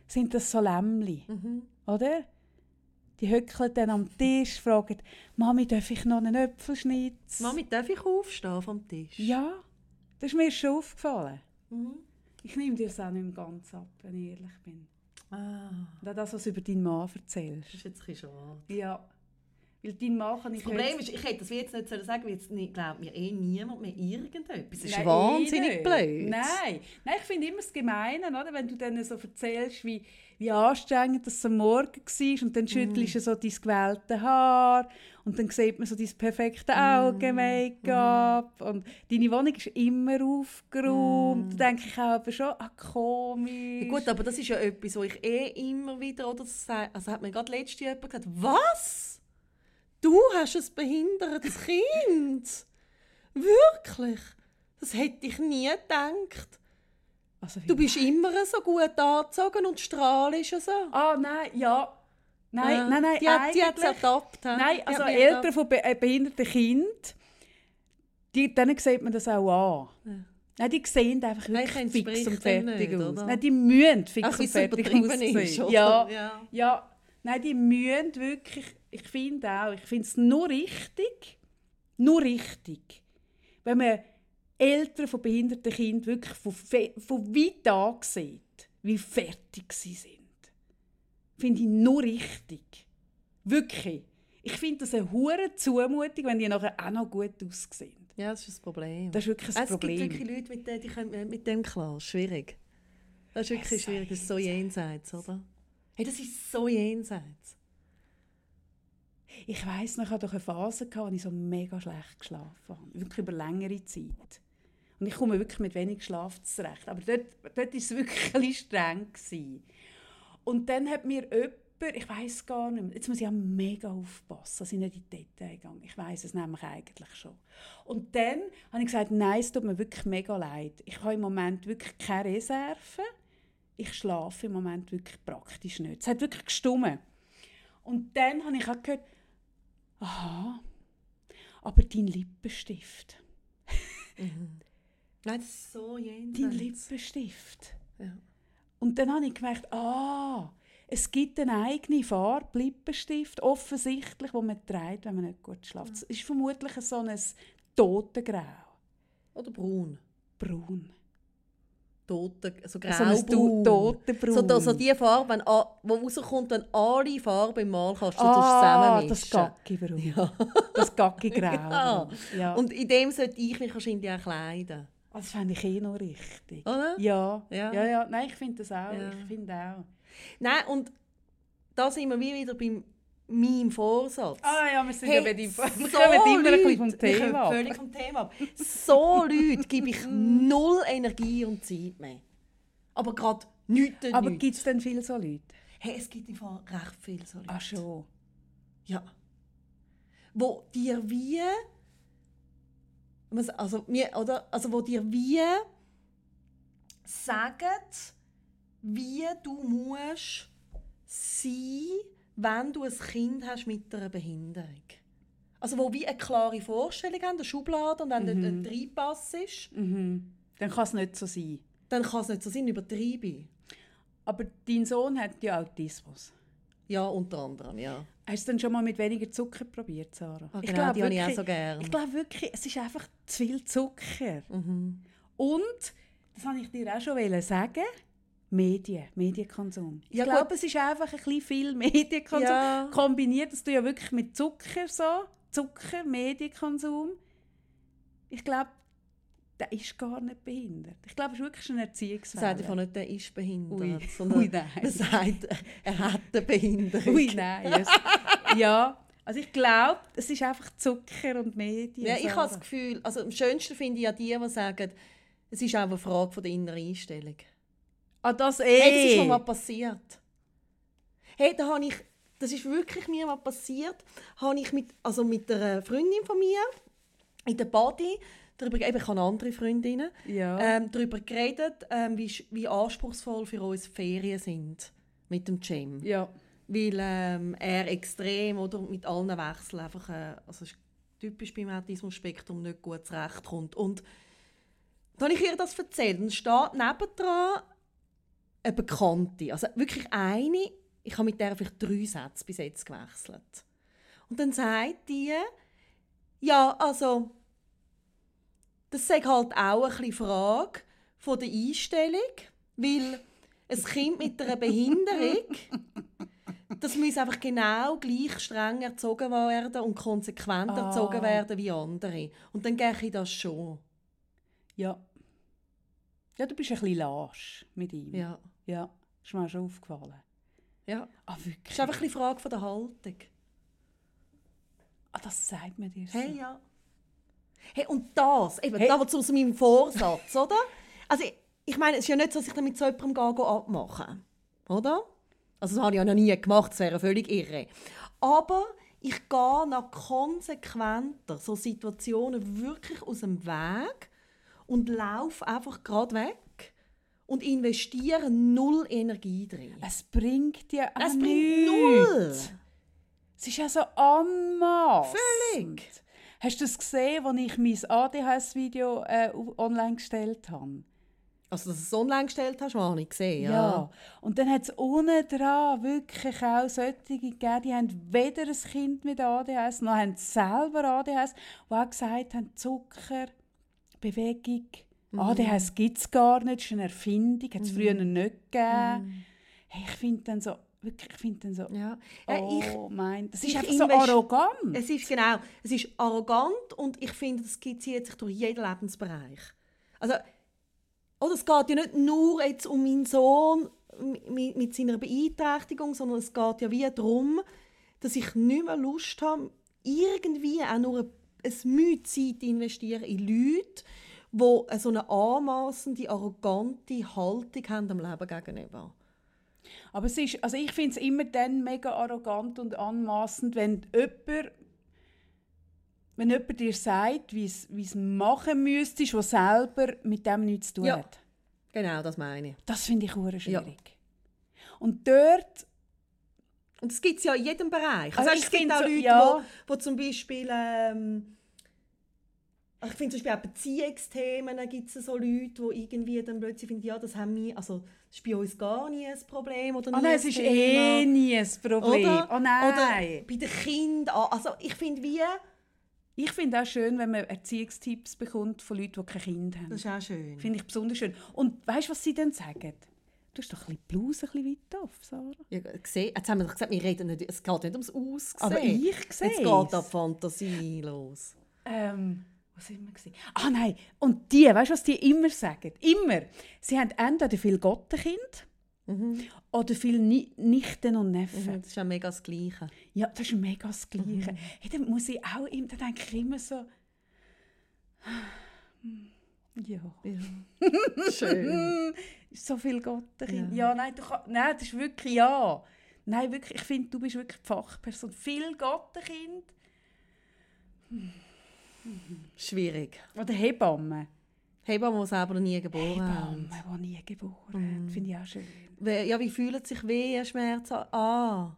S1: sind das so Lämmli,
S2: Mhm.
S1: oder? Die hückeln dann am Tisch, fragen, Mami, darf ich noch einen Äpfelschnitz?
S2: Mami, darf ich aufstehen vom Tisch?
S1: Ja, das ist mir schon aufgefallen.
S2: Mhm.
S1: Ich nehme dir das auch nicht mehr ganz ab, wenn ich ehrlich bin.
S2: Ah,
S1: Und auch das, was du über deinen Mann
S2: das
S1: erzählst.
S2: ist jetzt ein bisschen schade.
S1: Ja. Weil dein Mann kann
S2: Das
S1: ich
S2: Problem
S1: heute-
S2: ist, ich hätte das jetzt nicht sollen sagen sollen, jetzt nicht- glaubt mir eh niemand mehr irgendetwas. Das ist
S1: Nein, eh
S2: wahnsinnig
S1: nicht.
S2: blöd.
S1: Nein, Nein ich finde immer das Gemeine, oder? wenn du dann so erzählst, wie, wie anstrengend das am Morgen war und dann
S2: Mm.
S1: schüttelst du so dein gewählte Haar und dann sieht man so dein perfekte
S2: Mm.
S1: Augen-Make-up und deine Wohnung ist immer aufgeräumt. Da denke ich auch aber schon, ah, komisch.
S2: Mm. Ja, gut, aber das ist ja etwas, wo ich eh immer wieder, oder das sei- also hat mir gerade letztes Jahr jemand gesagt, was? Du hast ein
S1: <laughs>
S2: behindertes Kind? Wirklich? Das hätte ich nie gedacht.
S1: also,
S2: Du bist immer so gut angezogen und strahlst so.
S1: Ah, nein, ja. Nein,
S2: Ja.
S1: nein, nein,
S2: Die hat die hat's
S1: eigentlich-
S2: ertappt. hä? Die
S1: Nein,
S2: hat
S1: also
S2: mich
S1: Eltern von be äh, behinderten Kindern, die, denen sieht man das auch an. Nein, die sehen einfach
S2: Nein,
S1: wirklich
S2: ich
S1: fix
S2: entspricht
S1: und
S2: dem
S1: fertig
S2: nicht,
S1: aus.
S2: oder?
S1: Nein, die müssen fix
S2: Ach, wie
S1: und
S2: es
S1: fertig
S2: übertrieben ist,
S1: aussehen.
S2: oder?
S1: Ja,
S2: Ja.
S1: ja. nein, die müssen wirklich, ich finde auch, ich finde es nur richtig, nur richtig, wenn man Eltern von behinderten Kindern wirklich von, fe- von weit an sieht, wie fertig sie sind. Finde ich nur richtig. Wirklich. Ich finde das eine hure Zumutung, wenn die nachher auch noch gut aussehen.
S2: Ja, das ist das Problem.
S1: Das ist wirklich ein
S2: es
S1: Problem.
S2: gibt wirklich Leute, mit denen, die können äh, mit dem klar. Schwierig. Das ist wirklich
S1: Es sei
S2: schwierig. Das ist so jenseits, oder? Hey, das ist so jenseits.
S1: Ich weiss noch, ich hatte doch eine Phase, gehabt, in der ich so mega schlecht geschlafen habe. Wirklich über längere Zeit. Und ich komme wirklich mit wenig Schlaf zurecht. Aber dort dort war es wirklich <laughs> ein bisschen streng. Gewesen. Und dann hat mir jemand, ich weiß gar nicht mehr, jetzt muss ich ja mega aufpassen, dass ich nicht in die Details gehe. Ich weiß es nämlich eigentlich schon. Und dann habe ich gesagt, nein, es tut mir wirklich mega leid. Ich habe im Moment wirklich keine Reserve. Ich schlafe im Moment wirklich praktisch nicht. Es hat wirklich gestummen. Und dann habe ich auch gehört, aha, aber dein Lippenstift,
S2: Nein, das ist so
S1: dein
S2: jenseits.
S1: Lippenstift.
S2: Ja.
S1: Und dann habe ich gemerkt, ah, es gibt eine eigene Farbe, Lippenstift, offensichtlich, wo man trägt, wenn man nicht gut schläft. Es ist vermutlich so ein Totengrau,
S2: Oder braun.
S1: braun.
S2: Tote, so
S1: So ein
S2: graubraun.
S1: Totenbraun.
S2: So, da- so die Farbe, wenn, a- wo rauskommt, wenn alle Farben im Mal kannst du
S1: ah,
S2: das
S1: das
S2: zusammenmischen.
S1: Gackibraun.
S2: Ja.
S1: Das Gackigrau.
S2: Ja.
S1: <laughs> Ja.
S2: Und in dem sollte ich mich wahrscheinlich auch kleiden.
S1: Ah, das fände ich eh noch richtig.
S2: Oder?
S1: Ja.
S2: Ja.
S1: ja, ja, Nein, ich finde das auch.
S2: Ja.
S1: Ich finde auch.
S2: Nein, und da sind wir wie wieder bei meinem Vorsatz.
S1: Ah ja, wir sind ja bei die
S2: so
S1: <laughs> wir kommen immer ein bisschen vom
S2: Leute, wir kommen
S1: Thema. ab. Mm.
S2: völlig vom Thema ab. So Leute gebe
S1: <laughs>
S2: ich null Energie und Zeit mehr. Aber gerade nichts und
S1: Aber
S2: nichts.
S1: gibt es denn viele so Leute?
S2: hey, es gibt im Fall recht viele so Leute.
S1: Ah schon.
S2: Ja. Wo dir wie... Was- Also, mir, oder, also wo dir wie sagen, wie du musst sein, wenn du ein Kind hast mit einer Behinderung. Also wo wie eine klare Vorstellung haben, eine Schublade und wenn dort ein Dreipass ist,
S1: Mhm. Dann kann es nicht so sein.
S2: dann kann es nicht so sein, übertreibe. ich.
S1: Aber dein Sohn hat ja Autismus.
S2: Ja, unter anderem, ja.
S1: Hast du es denn schon mal mit weniger Zucker probiert, Sarah?
S2: Ah, genau, die habe ich auch so gern.
S1: Ich glaube wirklich, es ist einfach zu viel Zucker.
S2: Mhm.
S1: Und, das wollte ich dir auch schon wollen sagen, Medien, Medienkonsum. Ich
S2: Ja, gut.
S1: glaube, es ist einfach ein bisschen viel Medienkonsum.
S2: Ja.
S1: Kombiniert das du ja wirklich mit Zucker so. Zucker, Medienkonsum. Ich glaube, der ist gar nicht behindert. Ich glaube, es ist wirklich ein
S2: Das sagt
S1: Erziehungsfehler.
S2: einfach nicht, der ist behindert,
S1: Ui.
S2: sondern
S1: <laughs> Ui, nein.
S2: er sagt, er hat eine Behinderung.
S1: Ui, nein. yes. <laughs> ja, also ich glaube, es ist einfach Zucker und Medien.
S2: Ja, ich
S1: Sarah.
S2: habe das Gefühl, also am schönsten finde ich ja die, die sagen, es ist auch eine Frage von der inneren Einstellung.
S1: Ah, das eh.
S2: Hey, das ist mir mal passiert. Hey, da habe ich, das ist wirklich mir mal passiert, habe ich mit, also mit einer Freundin von mir in der Party, darüber, eben, ich habe andere Freundinnen,
S1: Ja.
S2: ähm, darüber geredet, ähm, wie, sch- wie anspruchsvoll für uns Ferien sind mit dem Gym.
S1: ja.
S2: weil ähm, er extrem oder mit allen Wechseln einfach äh, also ist typisch beim Autismus-Spektrum nicht gut zurechtkommt. Und dann habe ich ihr das erzählt und steht nebendran eine Bekannte, also wirklich eine, ich habe mit der vielleicht drei Sätze bis jetzt gewechselt. Und dann sagt die, ja, also, das sei halt auch ein bisschen Frage von der Einstellung, weil ein Kind mit einer Behinderung Das muss einfach genau gleich streng erzogen werden und konsequent
S1: Ah.
S2: erzogen werden wie andere. Und dann gehe ich das schon.
S1: Ja. Ja, du bist ein bisschen lasch mit ihm.
S2: Ja.
S1: ja. Ist mir auch schon aufgefallen.
S2: ja.
S1: Ah,
S2: Das
S1: wirklich?
S2: ist einfach ein bisschen Frage von der Haltung.
S1: Ah, das sagt man dir so.
S2: Hey, ja. Hey, und das, eben,
S1: Hey.
S2: da was aus meinem Vorsatz, oder? Also, ich, ich meine, es ist ja nicht so, dass ich dann mit so jemandem gehe, gehe abmachen Oder? Also, das habe ich ja noch nie gemacht, das wäre völlig irre. Aber ich gehe nach konsequenter so Situationen wirklich aus dem Weg und laufe einfach gerade weg und investiere null Energie drin.
S1: Es bringt dir auch
S2: Das bringt
S1: nichts.
S2: null!
S1: Es ist ja so anmaßend.
S2: Völlig.
S1: Hast du das gesehen, als ich mein ADHS-Video äh, u- online gestellt habe?
S2: Also, dass du es online gestellt hast, habe ich gesehen. Ja.
S1: Und dann hat es unten dran wirklich auch solche gegeben, die haben weder ein Kind mit ADHS, noch haben selber ADHS, die auch gesagt haben, Zucker, Bewegung,
S2: Mhm.
S1: ADHS gibt es gar nicht, das ist eine Erfindung, hat es früher nicht gegeben. Hey, ich finde dann so, wirklich, ich finde dann so,
S2: Mhm. ja. Äh,
S1: oh
S2: ich,
S1: mein, das ist
S2: ich
S1: einfach so
S2: invest-
S1: arrogant.
S2: Es ist genau, es ist arrogant und ich finde, das skizziert sich durch jeden Lebensbereich. Also, oder es geht ja nicht nur jetzt um meinen Sohn m- mit, mit seiner Beeinträchtigung, sondern es geht ja wie darum, dass ich nicht mehr Lust habe, irgendwie auch nur ein- ein Mühe Zeit zu investieren in Leute, die so eine anmaßende, arrogante Haltung haben dem Leben gegenüber.
S1: Aber es ist, also ich finde es immer dann mega arrogant und anmaßend, wenn jemand, wenn jemand dir sagt, wie es wie es machen müsstest, was selber mit dem nichts zu tun
S2: Ja.
S1: hat.
S2: Genau, das meine ich.
S1: Das finde ich hure schwierig. Und dort,
S2: Und das gibt es ja in jedem Bereich.
S1: Also
S2: Also,
S1: ich
S2: es gibt
S1: finde
S2: auch
S1: so-
S2: Leute, die
S1: ja.
S2: wo zum Beispiel, ähm, ich finde zum Beispiel auch Beziehungsthemen, gibt es so Leute, die irgendwie dann plötzlich finden, ja, das haben wir, also das ist bei uns gar nie ein Problem oder
S1: oh
S2: nie
S1: nein,
S2: ein
S1: es ist
S2: Thema.
S1: eh nie ein Problem.
S2: oder,
S1: oh
S2: oder
S1: nein.
S2: bei den Kindern, auch. also ich finde wie,
S1: ich finde auch schön, wenn man Erziehungstipps bekommt von Leuten, die kein Kind haben.
S2: das ist auch schön.
S1: Finde ich besonders schön. Und weißt du, was sie dann sagen? Du hast doch ein bisschen die Bluse ein bisschen weit auf, Sarah.
S2: Ja, gesehen. Jetzt haben wir doch gesagt, wir reden nicht, es geht nicht ums Aussehen.
S1: Aber ich sehe
S2: Jetzt geht da die Fantasie los.
S1: Ähm, was immer gesehen? Ah nein, und die, weißt du, was die immer sagen? Immer. Sie haben entweder viel Gottenkind oder viel Ni Nichten und Neffen.
S2: Das ist ja mega das Gleiche.
S1: Ja, das ist mega das Gleiche. Hey, dann muss ich auch immer, dann denke ich immer so. Ja. <laughs>
S2: Schön.
S1: So viel Gottenkind. Ja, nein, du kann, nein, das ist wirklich ja. Nein, wirklich, ich finde, du bist wirklich die Fachperson. Viel Gottenkind
S2: Schwierig.
S1: oder Hebammen.
S2: Hebammen, die selber noch nie geboren haben.
S1: Hebammen, die nie geboren mm. Finde ich auch schön.
S2: We- Ja, wie fühlt sich Wehen, Schmerzen an?
S1: Hm.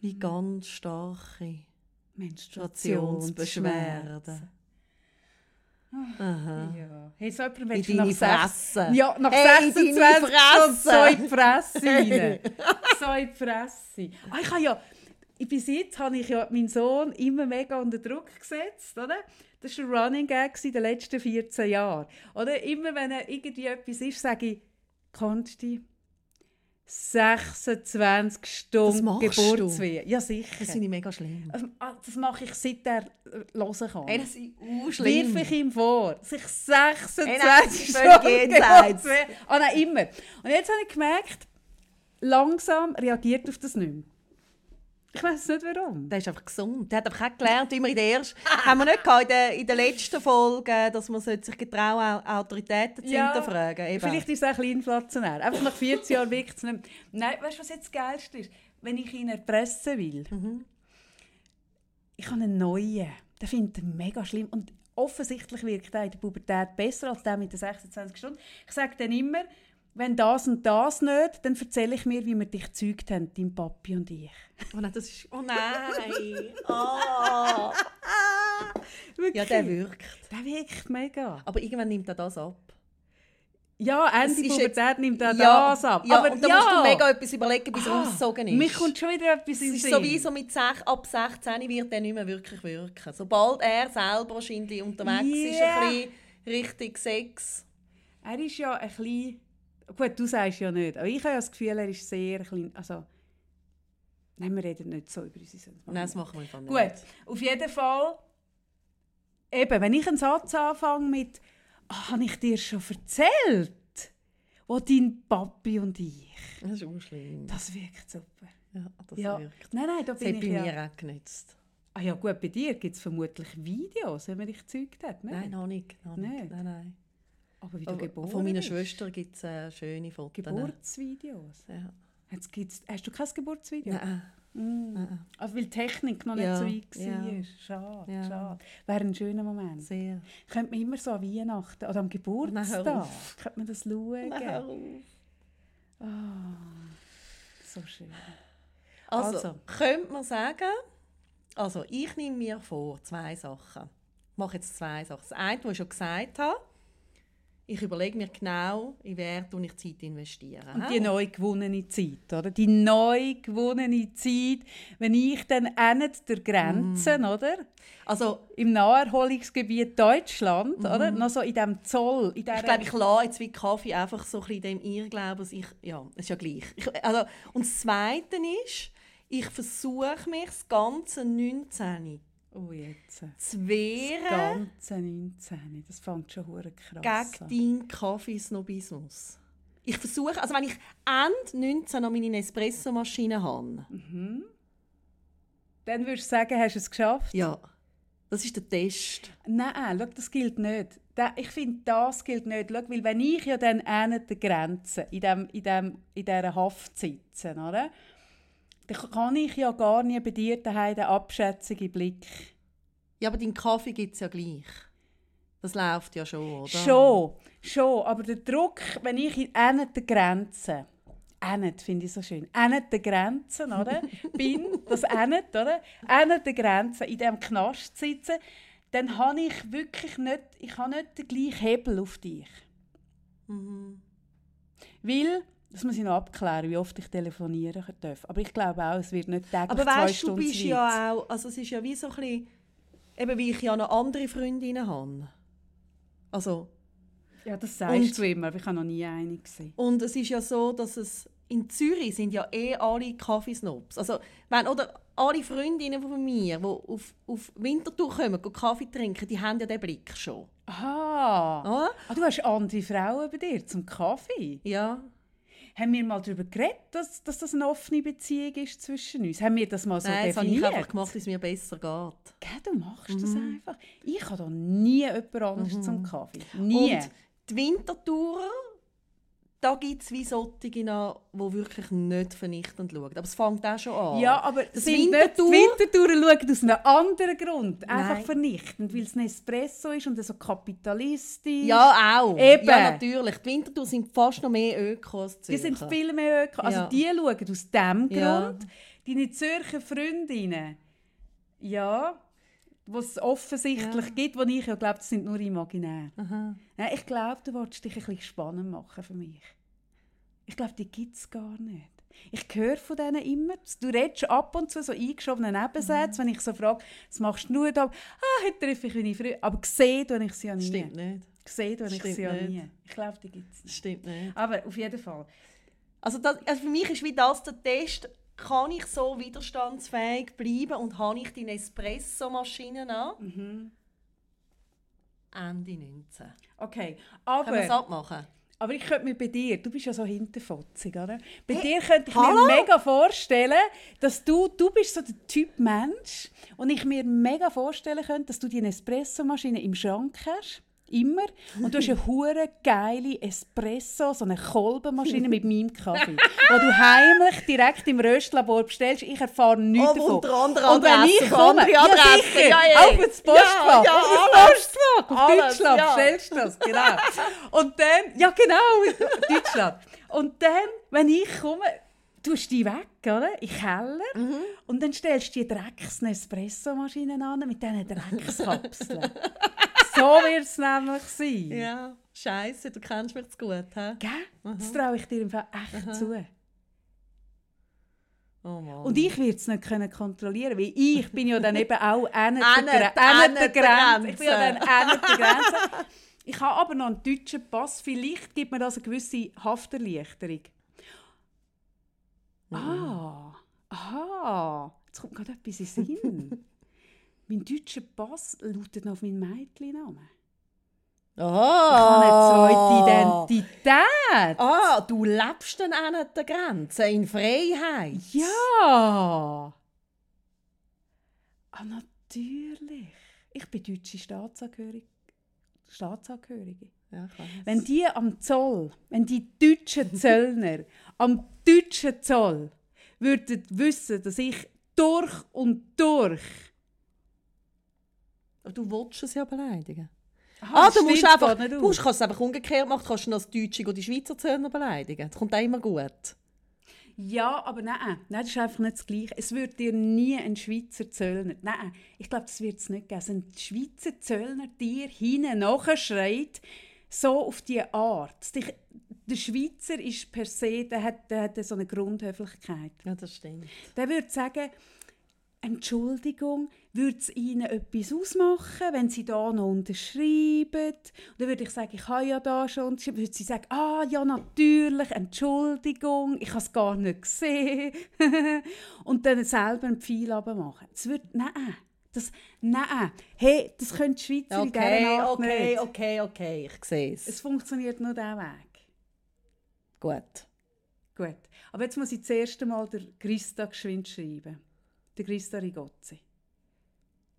S2: Wie ganz starke Menstruationsbeschwerden.
S1: Ja. Hey, so jemand
S2: In
S1: Ah. willst du nach
S2: deine
S1: sechs...
S2: Fresse.
S1: Ja, nach
S2: Hey, in
S1: 26
S2: deine
S1: Stunden
S2: Fresse.
S1: so in die
S2: <laughs>
S1: Fresse rein. so in die Fresse. Ah, ich habe ja... ich- Bis jetzt habe ich ja meinen Sohn immer mega unter Druck gesetzt, oder? Das war ein Running Gag in den letzten 14 Jahren. Oder immer, wenn er irgendwie etwas ist, sage ich, Konsti, 26 Stunden
S2: machst du?
S1: Geburtsweh. Ja, sicher.
S2: Das finde ich mega schlimm.
S1: Also, ah, das mache ich, seit er äh, hören kann.
S2: Hey, das ist auch
S1: Wirf ich ihm vor, sich 26
S2: Hey, nein, das ist
S1: Stunden
S2: völlig jenseits.
S1: zu wehren. Ah nein, immer. Und jetzt habe ich gemerkt, langsam reagiert auf das nicht mehr. Ich weiß nicht warum.
S2: Der ist einfach gesund. Der hat einfach auch gelernt, immer in der ersten... haben wir nicht gehabt, in der, in der letzten Folge, dass man sollte sich getrauen sollte, Autoritäten zu
S1: Ja,
S2: hinterfragen. Eben.
S1: Vielleicht ist es auch ein bisschen inflationär. Einfach nach 14 Jahren wirkt es nicht mehr. Nein, weißt du, was jetzt das Geilste ist? Wenn ich ihn erpressen will,
S2: Mhm.
S1: ich habe einen neuen. Den finde ich mega schlimm. Und offensichtlich wirkt er in der Pubertät besser als der mit den 26 Stunden. Ich sage dann immer, wenn das und das nicht, dann erzähle ich mir, wie wir dich gezeugt haben, dein Papi und ich.
S2: Oh nein, das ist... Oh nein! Oh. <laughs>
S1: Wirklich.
S2: Ja, der wirkt.
S1: Der wirkt mega.
S2: Aber irgendwann nimmt er das ab.
S1: Ja, Ende
S2: ist
S1: Pubertät nimmt auch das ab.
S2: Ja,
S1: Aber
S2: und da
S1: ja.
S2: musst du mega etwas überlegen, bis er
S1: Ah,
S2: ausgezogen ist.
S1: Mir kommt schon wieder etwas in
S2: es
S1: den
S2: ist
S1: Sinn.
S2: sowieso mit sech, ab 16 wird er nicht mehr wirklich wirken. Sobald er selber wahrscheinlich unterwegs ist,
S1: Ja.
S2: ein bisschen richtig Sex.
S1: Er ist ja ein bisschen Gut, du sagst ja nicht. Aber ich habe ja das Gefühl, er ist sehr klein. Also, nein, wir reden nicht so über unsere Söhne.
S2: Nein, das machen wir einfach nicht.
S1: Gut, auf jeden Fall. Eben, wenn ich einen Satz anfange mit «Ah, «Habe ich dir schon erzählt, wo dein Papi und ich...»
S2: Das ist unschlimm.
S1: Das wirkt super.
S2: Ja, das
S1: ja.
S2: wirkt.
S1: Nein, nein, da
S2: Das hat
S1: bin
S2: bei
S1: ich ja...
S2: mir auch genutzt.
S1: Ah ja gut, bei dir gibt es vermutlich Videos, wenn man dich gezeugt hat. Ne?
S2: Nein, noch nicht. Noch nicht.
S1: Nicht?
S2: Nein, nein.
S1: Aber wie du
S2: Aber
S1: geboren
S2: Von meiner
S1: bist.
S2: Schwester gibt es äh, schöne Fotos.
S1: Geburtsvideos.
S2: Ja.
S1: Jetzt gibt's, hast du kein Geburtsvideo?
S2: Nein. Nein.
S1: Also, weil die Technik noch nicht
S2: Ja,
S1: so weit
S2: ja.
S1: war. Schade,
S2: Ja.
S1: schade. Wäre ein schöner Moment.
S2: Sehr.
S1: Könnte man immer so an Weihnachten oder am Geburtstag,
S2: Nein, hör auf.
S1: könnte man das schauen.
S2: Okay.
S1: Ah, so schön.
S2: Also,
S1: Also.
S2: könnte man sagen, also ich nehme mir vor, zwei Sachen. Ich mache jetzt zwei Sachen. Das eine, was ich schon gesagt habe, ich überlege mir genau, in wer tue ich Zeit investiere.
S1: Und
S2: hä?
S1: die neu gewonnene Zeit, oder? Die neu gewonnene Zeit, wenn ich dann endet der Grenzen, oder?
S2: also,
S1: Im Naherholungsgebiet Deutschland, oder? Noch so in diesem Zoll, in dieser
S2: ich glaube, ich lasse jetzt wie Kaffee einfach so ein bisschen dem Irrglauben, dass ich, ja, ist ja gleich. Ich, also, und das Zweite ist, ich versuche mich das ganze 19
S1: Oh, jetzt.
S2: zu
S1: Das
S2: wehren
S1: ganze 19. Das fängt schon hure krass an.
S2: gegen deinen Kaffeesnobismus. Ich versuche, also wenn ich Ende 19 noch meine Nespresso-Maschine habe,
S1: Dann würdest du sagen, hast du es geschafft?
S2: ja, das ist der Test.
S1: Nein, schau, das gilt nicht. Da- Ich finde, das gilt nicht. Schau, weil wenn ich ja dann an der Grenze in, dem, in, dem, in dieser Haft sitze, oder? dann kann ich ja gar nicht bei dir daheim den abschätzigen Blick.
S2: Ja, aber deinen Kaffee gibt es ja gleich. Das läuft ja schon, oder?
S1: Schon, schon. Aber der Druck, wenn ich in an der Grenze, Änet finde ich so schön, an der
S2: <laughs>
S1: Grenze, oder? bin, das Änet, oder? An der Grenze, in diesem Knast sitzen, dann habe ich wirklich nicht, ich habe nicht den gleichen Hebel auf dich.
S2: Mhm.
S1: Weil, das muss ich noch abklären, wie oft ich telefonieren darf. Aber ich glaube auch, es wird nicht täglich
S2: Aber
S1: zwei
S2: weißt du, du
S1: Stunden
S2: bist
S1: weit.
S2: ja auch, also es ist ja wie so ein bisschen, eben wie ich ja noch andere Freundinnen habe. Also,
S1: Ja, das sagst
S2: Und-
S1: du immer, aber ich habe noch nie eine gesehen.
S2: Und es ist ja so, dass es in Zürich sind ja eh alle Kaffeesnobs. Also, wenn, oder alle Freundinnen von mir, die auf, auf Winterthur kommen, gehen Kaffee trinken, die haben ja den Blick schon.
S1: Aha!
S2: Oder?
S1: Ah, du hast andere Frauen bei dir zum Kaffee.
S2: Ja.
S1: Haben wir mal darüber geredet, dass, dass das eine offene Beziehung ist zwischen uns? Haben wir das mal so
S2: Nein, das habe
S1: definiert?
S2: ich einfach gemacht, Mhm. weil es mir besser geht.
S1: Gell, du machst das einfach. Ich habe da nie jemand anderes zum Kaffee. Nie.
S2: Mhm. Und die Wintertourer, da gibt es wie solche noch, die wirklich nicht vernichtend schauen. Aber es fängt auch schon an.
S1: ja, aber
S2: das
S1: sind
S2: Winterthur-
S1: nicht die Wintertouren schauen aus einem anderen Grund. Einfach
S2: Nein.
S1: vernichtend, weil es ein Espresso ist und so kapitalistisch.
S2: Ja, auch.
S1: Eben.
S2: Ja, natürlich. Die Winterthur sind fast noch mehr Öko als die
S1: Die sind
S2: Zürcher.
S1: viel mehr Öko. Also
S2: Ja.
S1: die schauen aus dem
S2: Ja.
S1: Grund. Deine Zürcher Freundinnen, ja, was es offensichtlich gibt, wo ich ja glaube, das sind nur imaginär.
S2: Aha.
S1: Nein, ich glaube, du wolltest dich ein bisschen spannend machen für mich. Ich glaube, die gibt es gar nicht. Ich höre von denen immer, du redest ab und zu so eingeschobene Nebensätze,
S2: Mhm.
S1: wenn ich so frage, was machst du nur da? Ah, heute treffe ich meine Freunde. Aber gesehen tue ich sie ja nie.
S2: Stimmt nicht.
S1: Gesehen tue ich
S2: Stimmt
S1: sie ja
S2: nicht.
S1: nie. Ich glaube, die gibt es nicht.
S2: Stimmt nicht.
S1: Aber auf jeden Fall.
S2: Also, das, also für mich ist wie das der Test, kann ich so widerstandsfähig bleiben und habe ich die Nespresso-Maschine an? Ende 19.
S1: Okay,
S2: Können wir es
S1: aber,
S2: abmachen?
S1: aber ich könnte mir bei dir, du bist ja so hinterfotzig, oder? Bei
S2: Hey,
S1: dir könnte ich
S2: hallo?
S1: mir mega vorstellen, dass du, du bist so der Typ Mensch und ich mir mega vorstellen könnte, dass du die Espressomaschine im Schrank hast. Immer. Und du
S2: <laughs>
S1: hast eine hure geile Espresso, so eine Kolbenmaschine mit meinem Kaffee, wo du heimlich direkt im Röstlabor bestellst. Ich erfahre nichts
S2: Oh,
S1: davon.
S2: unter anderer
S1: Und wenn
S2: Adresse,
S1: ich
S2: unter
S1: komme,
S2: anderer
S1: ja
S2: Adresse,
S1: sicher,
S2: ja, ja.
S1: auf das
S2: Ja,
S1: Postfach,
S2: ja,
S1: auf das
S2: alles.
S1: Postfach, auf
S2: Alles,
S1: Deutschland
S2: ja.
S1: bestellst du das, genau. Und dann, ja genau, Deutschland. Und dann, wenn ich komme, tust du die weg, oder? In den Keller.
S2: Mhm.
S1: Und dann stellst du die Drecks-Nespresso-Maschinen an mit
S2: <laughs>
S1: diesen Dreckskapseln. so wird es nämlich sein.
S2: Ja, scheiße, du kennst mich zu gut. He?
S1: Gell?
S2: Mhm.
S1: Das traue ich dir im Fall echt zu.
S2: Oh Mann.
S1: Und ich werde es nicht können kontrollieren, weil ich bin ja dann eben auch an der,
S2: An
S1: Gre-
S2: der-
S1: an
S2: an der
S1: der Grenze. Ich bin ja dann
S2: Grenze.
S1: an der Grenze. Ich habe aber noch einen deutschen Pass. Vielleicht gibt mir das eine gewisse Hafterleichterung. Ah, aha, jetzt kommt gerade etwas in den Sinn. mein deutscher Pass lautet noch auf meinen Mädchennamen.
S2: Ah.
S1: Ich habe eine
S2: Aha!
S1: zweite Identität.
S2: Ah, du lebst dann auch nicht der Grenze, in Freiheit.
S1: Ja! Ah, natürlich. Ich bin deutsche Staatsangehörige. Staatsangehörige.
S2: Ja, klar.
S1: Wenn die am Zoll, wenn die
S2: <laughs>
S1: deutschen Zöllner am deutschen Zoll würden wissen, dass ich durch und durch.
S2: Aber du willst es ja beleidigen.
S1: Ah,
S2: Ah,
S1: das
S2: du musst
S1: stimmt
S2: einfach,
S1: gar nicht
S2: du
S1: aus.
S2: musst, kannst es einfach umgekehrt machen, kannst du noch das Deutsche oder die Schweizer Zöllner beleidigen. Das kommt auch immer gut.
S1: Ja, aber nein, nein, das ist einfach nicht das Gleiche. Es wird dir nie ein Schweizer Zöllner, nein, ich glaube, das wird es nicht geben. Wenn Ein Schweizer Zöllner dir hinten nachschreit, so auf die Art. Dich- Der Schweizer ist per se, der hat, der hat so eine Grundhöflichkeit.
S2: Ja, das stimmt.
S1: Der würde sagen, Entschuldigung, würde es Ihnen etwas ausmachen, wenn Sie da noch unterschreiben? Und dann würde ich sagen, ich habe ja da schon unterschrieben. Würde sie sagen, ah ja, natürlich, Entschuldigung, ich habe es gar nicht gesehen. <laughs> Und dann selber einen Pfeil machen. Das würde, nein, das, nein. Hey, das können die Schweizer in
S2: Okay,
S1: dieser Art
S2: okay,
S1: nicht.
S2: okay, okay, ich sehe es.
S1: Es funktioniert nur dieser Weg.
S2: Gut.
S1: Gut. Aber jetzt muss ich das erste Mal den Christa geschwind schreiben. Den Christa Rigozzi.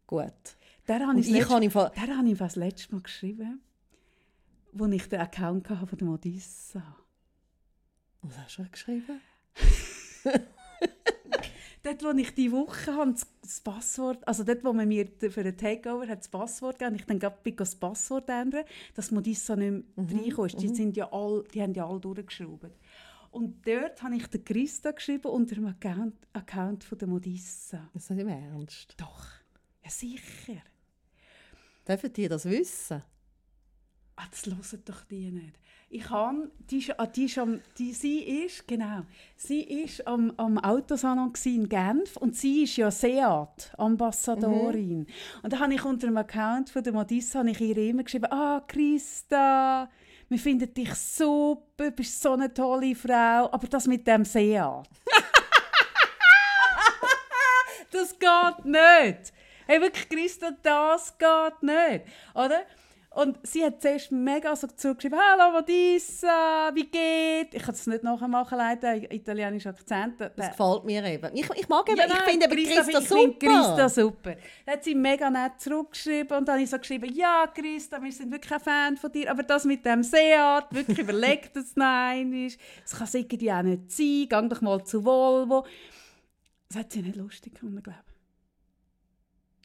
S2: Gut.
S1: Der habe
S2: Und
S1: ich,
S2: ich
S1: ich,
S2: kann im Fall...
S1: der habe ich das letzte Mal geschrieben, als ich den Account hatte von der Modissa
S2: Was hast du denn geschrieben?
S1: Dort, wo ich diese Woche habe, das- das Passwort, also dort, wo man mir d- für den Takeover hat, das Passwort gegeben, ich dann gerade bin das Passwort ändern, dass Modissa nicht mehr
S2: Mhm,
S1: reinkommt. Die, sind ja all, die haben ja alle durchgeschraubt. Und dort habe ich den Christa geschrieben unter dem Account, Account von der Modissa.
S2: Das ist nicht im Ernst.
S1: Doch, ja sicher.
S2: Dürfen die das wissen?
S1: Ah, das hören doch die nicht. Ich habe, die, ist- ah, die, ist am, die, sie ist, genau, sie ist am, am Autosalon gsi in Genf und sie ist ja Seat-Ambassadorin. Und da habe ich unter dem Account von der Modissa habe ich ihr immer geschrieben, ah, Christa, wir finden dich super, bist so eine tolle Frau, aber das mit dem Seat. Das geht nicht. Hey, wirklich, Christa, das geht nicht. Oder? Und sie hat zuerst mega so zugeschrieben, «Hallo, Modissa, wie geht?» Ich kann es nicht nachmachen, leider, i- italienischer Akzent.
S2: Das
S1: Äh,
S2: gefällt mir eben. Ich, ich mag eben,
S1: ja,
S2: ich
S1: nein,
S2: finde eben Christa
S1: ich finde
S2: super.
S1: Christa super. Dann hat sie mega nett zurückgeschrieben und dann habe ich so geschrieben, «Ja, Christa, wir sind wirklich ein Fan von dir, aber das mit dem Seat, wirklich überleg das nein ist. Das kann es irgendwie auch nicht sein, geh doch mal zu Volvo.» Das hat sie nicht lustig gefunden, glaube ich.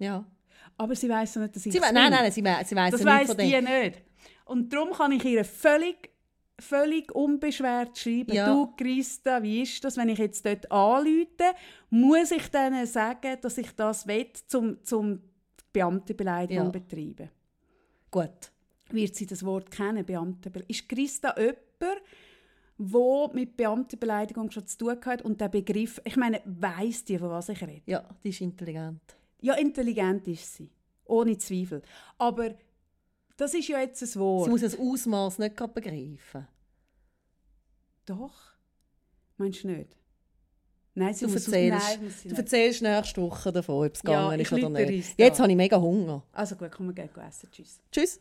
S2: Ja.
S1: Aber sie weiss ja nicht, dass ich
S2: Sie,
S1: es
S2: we-
S1: bin.
S2: nein, nein, sie, we- sie weiss
S1: das
S2: ja nichts von
S1: weiss
S2: dem.
S1: die nicht. Und darum kann ich ihr völlig, völlig unbeschwert schreiben,
S2: Ja.
S1: du Christa, wie ist das, wenn ich jetzt dort anrufe, muss ich denen sagen, dass ich das will, zum, zum Beamtenbeleidigung
S2: Ja.
S1: betreiben.
S2: Gut.
S1: Wird sie das Wort kennen, Beamtenbeleidigung? Ist Christa jemand, wo mit Beamtenbeleidigung schon zu tun hat und der Begriff, ich meine, weiss die, von was ich rede?
S2: Ja, die ist intelligent.
S1: Ja, intelligent ist sie. Ohne Zweifel. Aber das ist ja jetzt ein Wort.
S2: Sie muss das Ausmaß nicht gerade begreifen.
S1: Doch. Meinst du nicht? Nein, sie
S2: Du
S1: muss
S2: erzählst,
S1: Nein, muss sie
S2: du
S1: nicht.
S2: erzählst nächste Woche davon, ob es
S1: Ja,
S2: gegangen
S1: ich
S2: ist oder
S1: lüte
S2: nicht.
S1: uns da.
S2: Jetzt habe ich mega Hunger.
S1: Also gut, komm, wir gehen essen. Tschüss.
S2: Tschüss.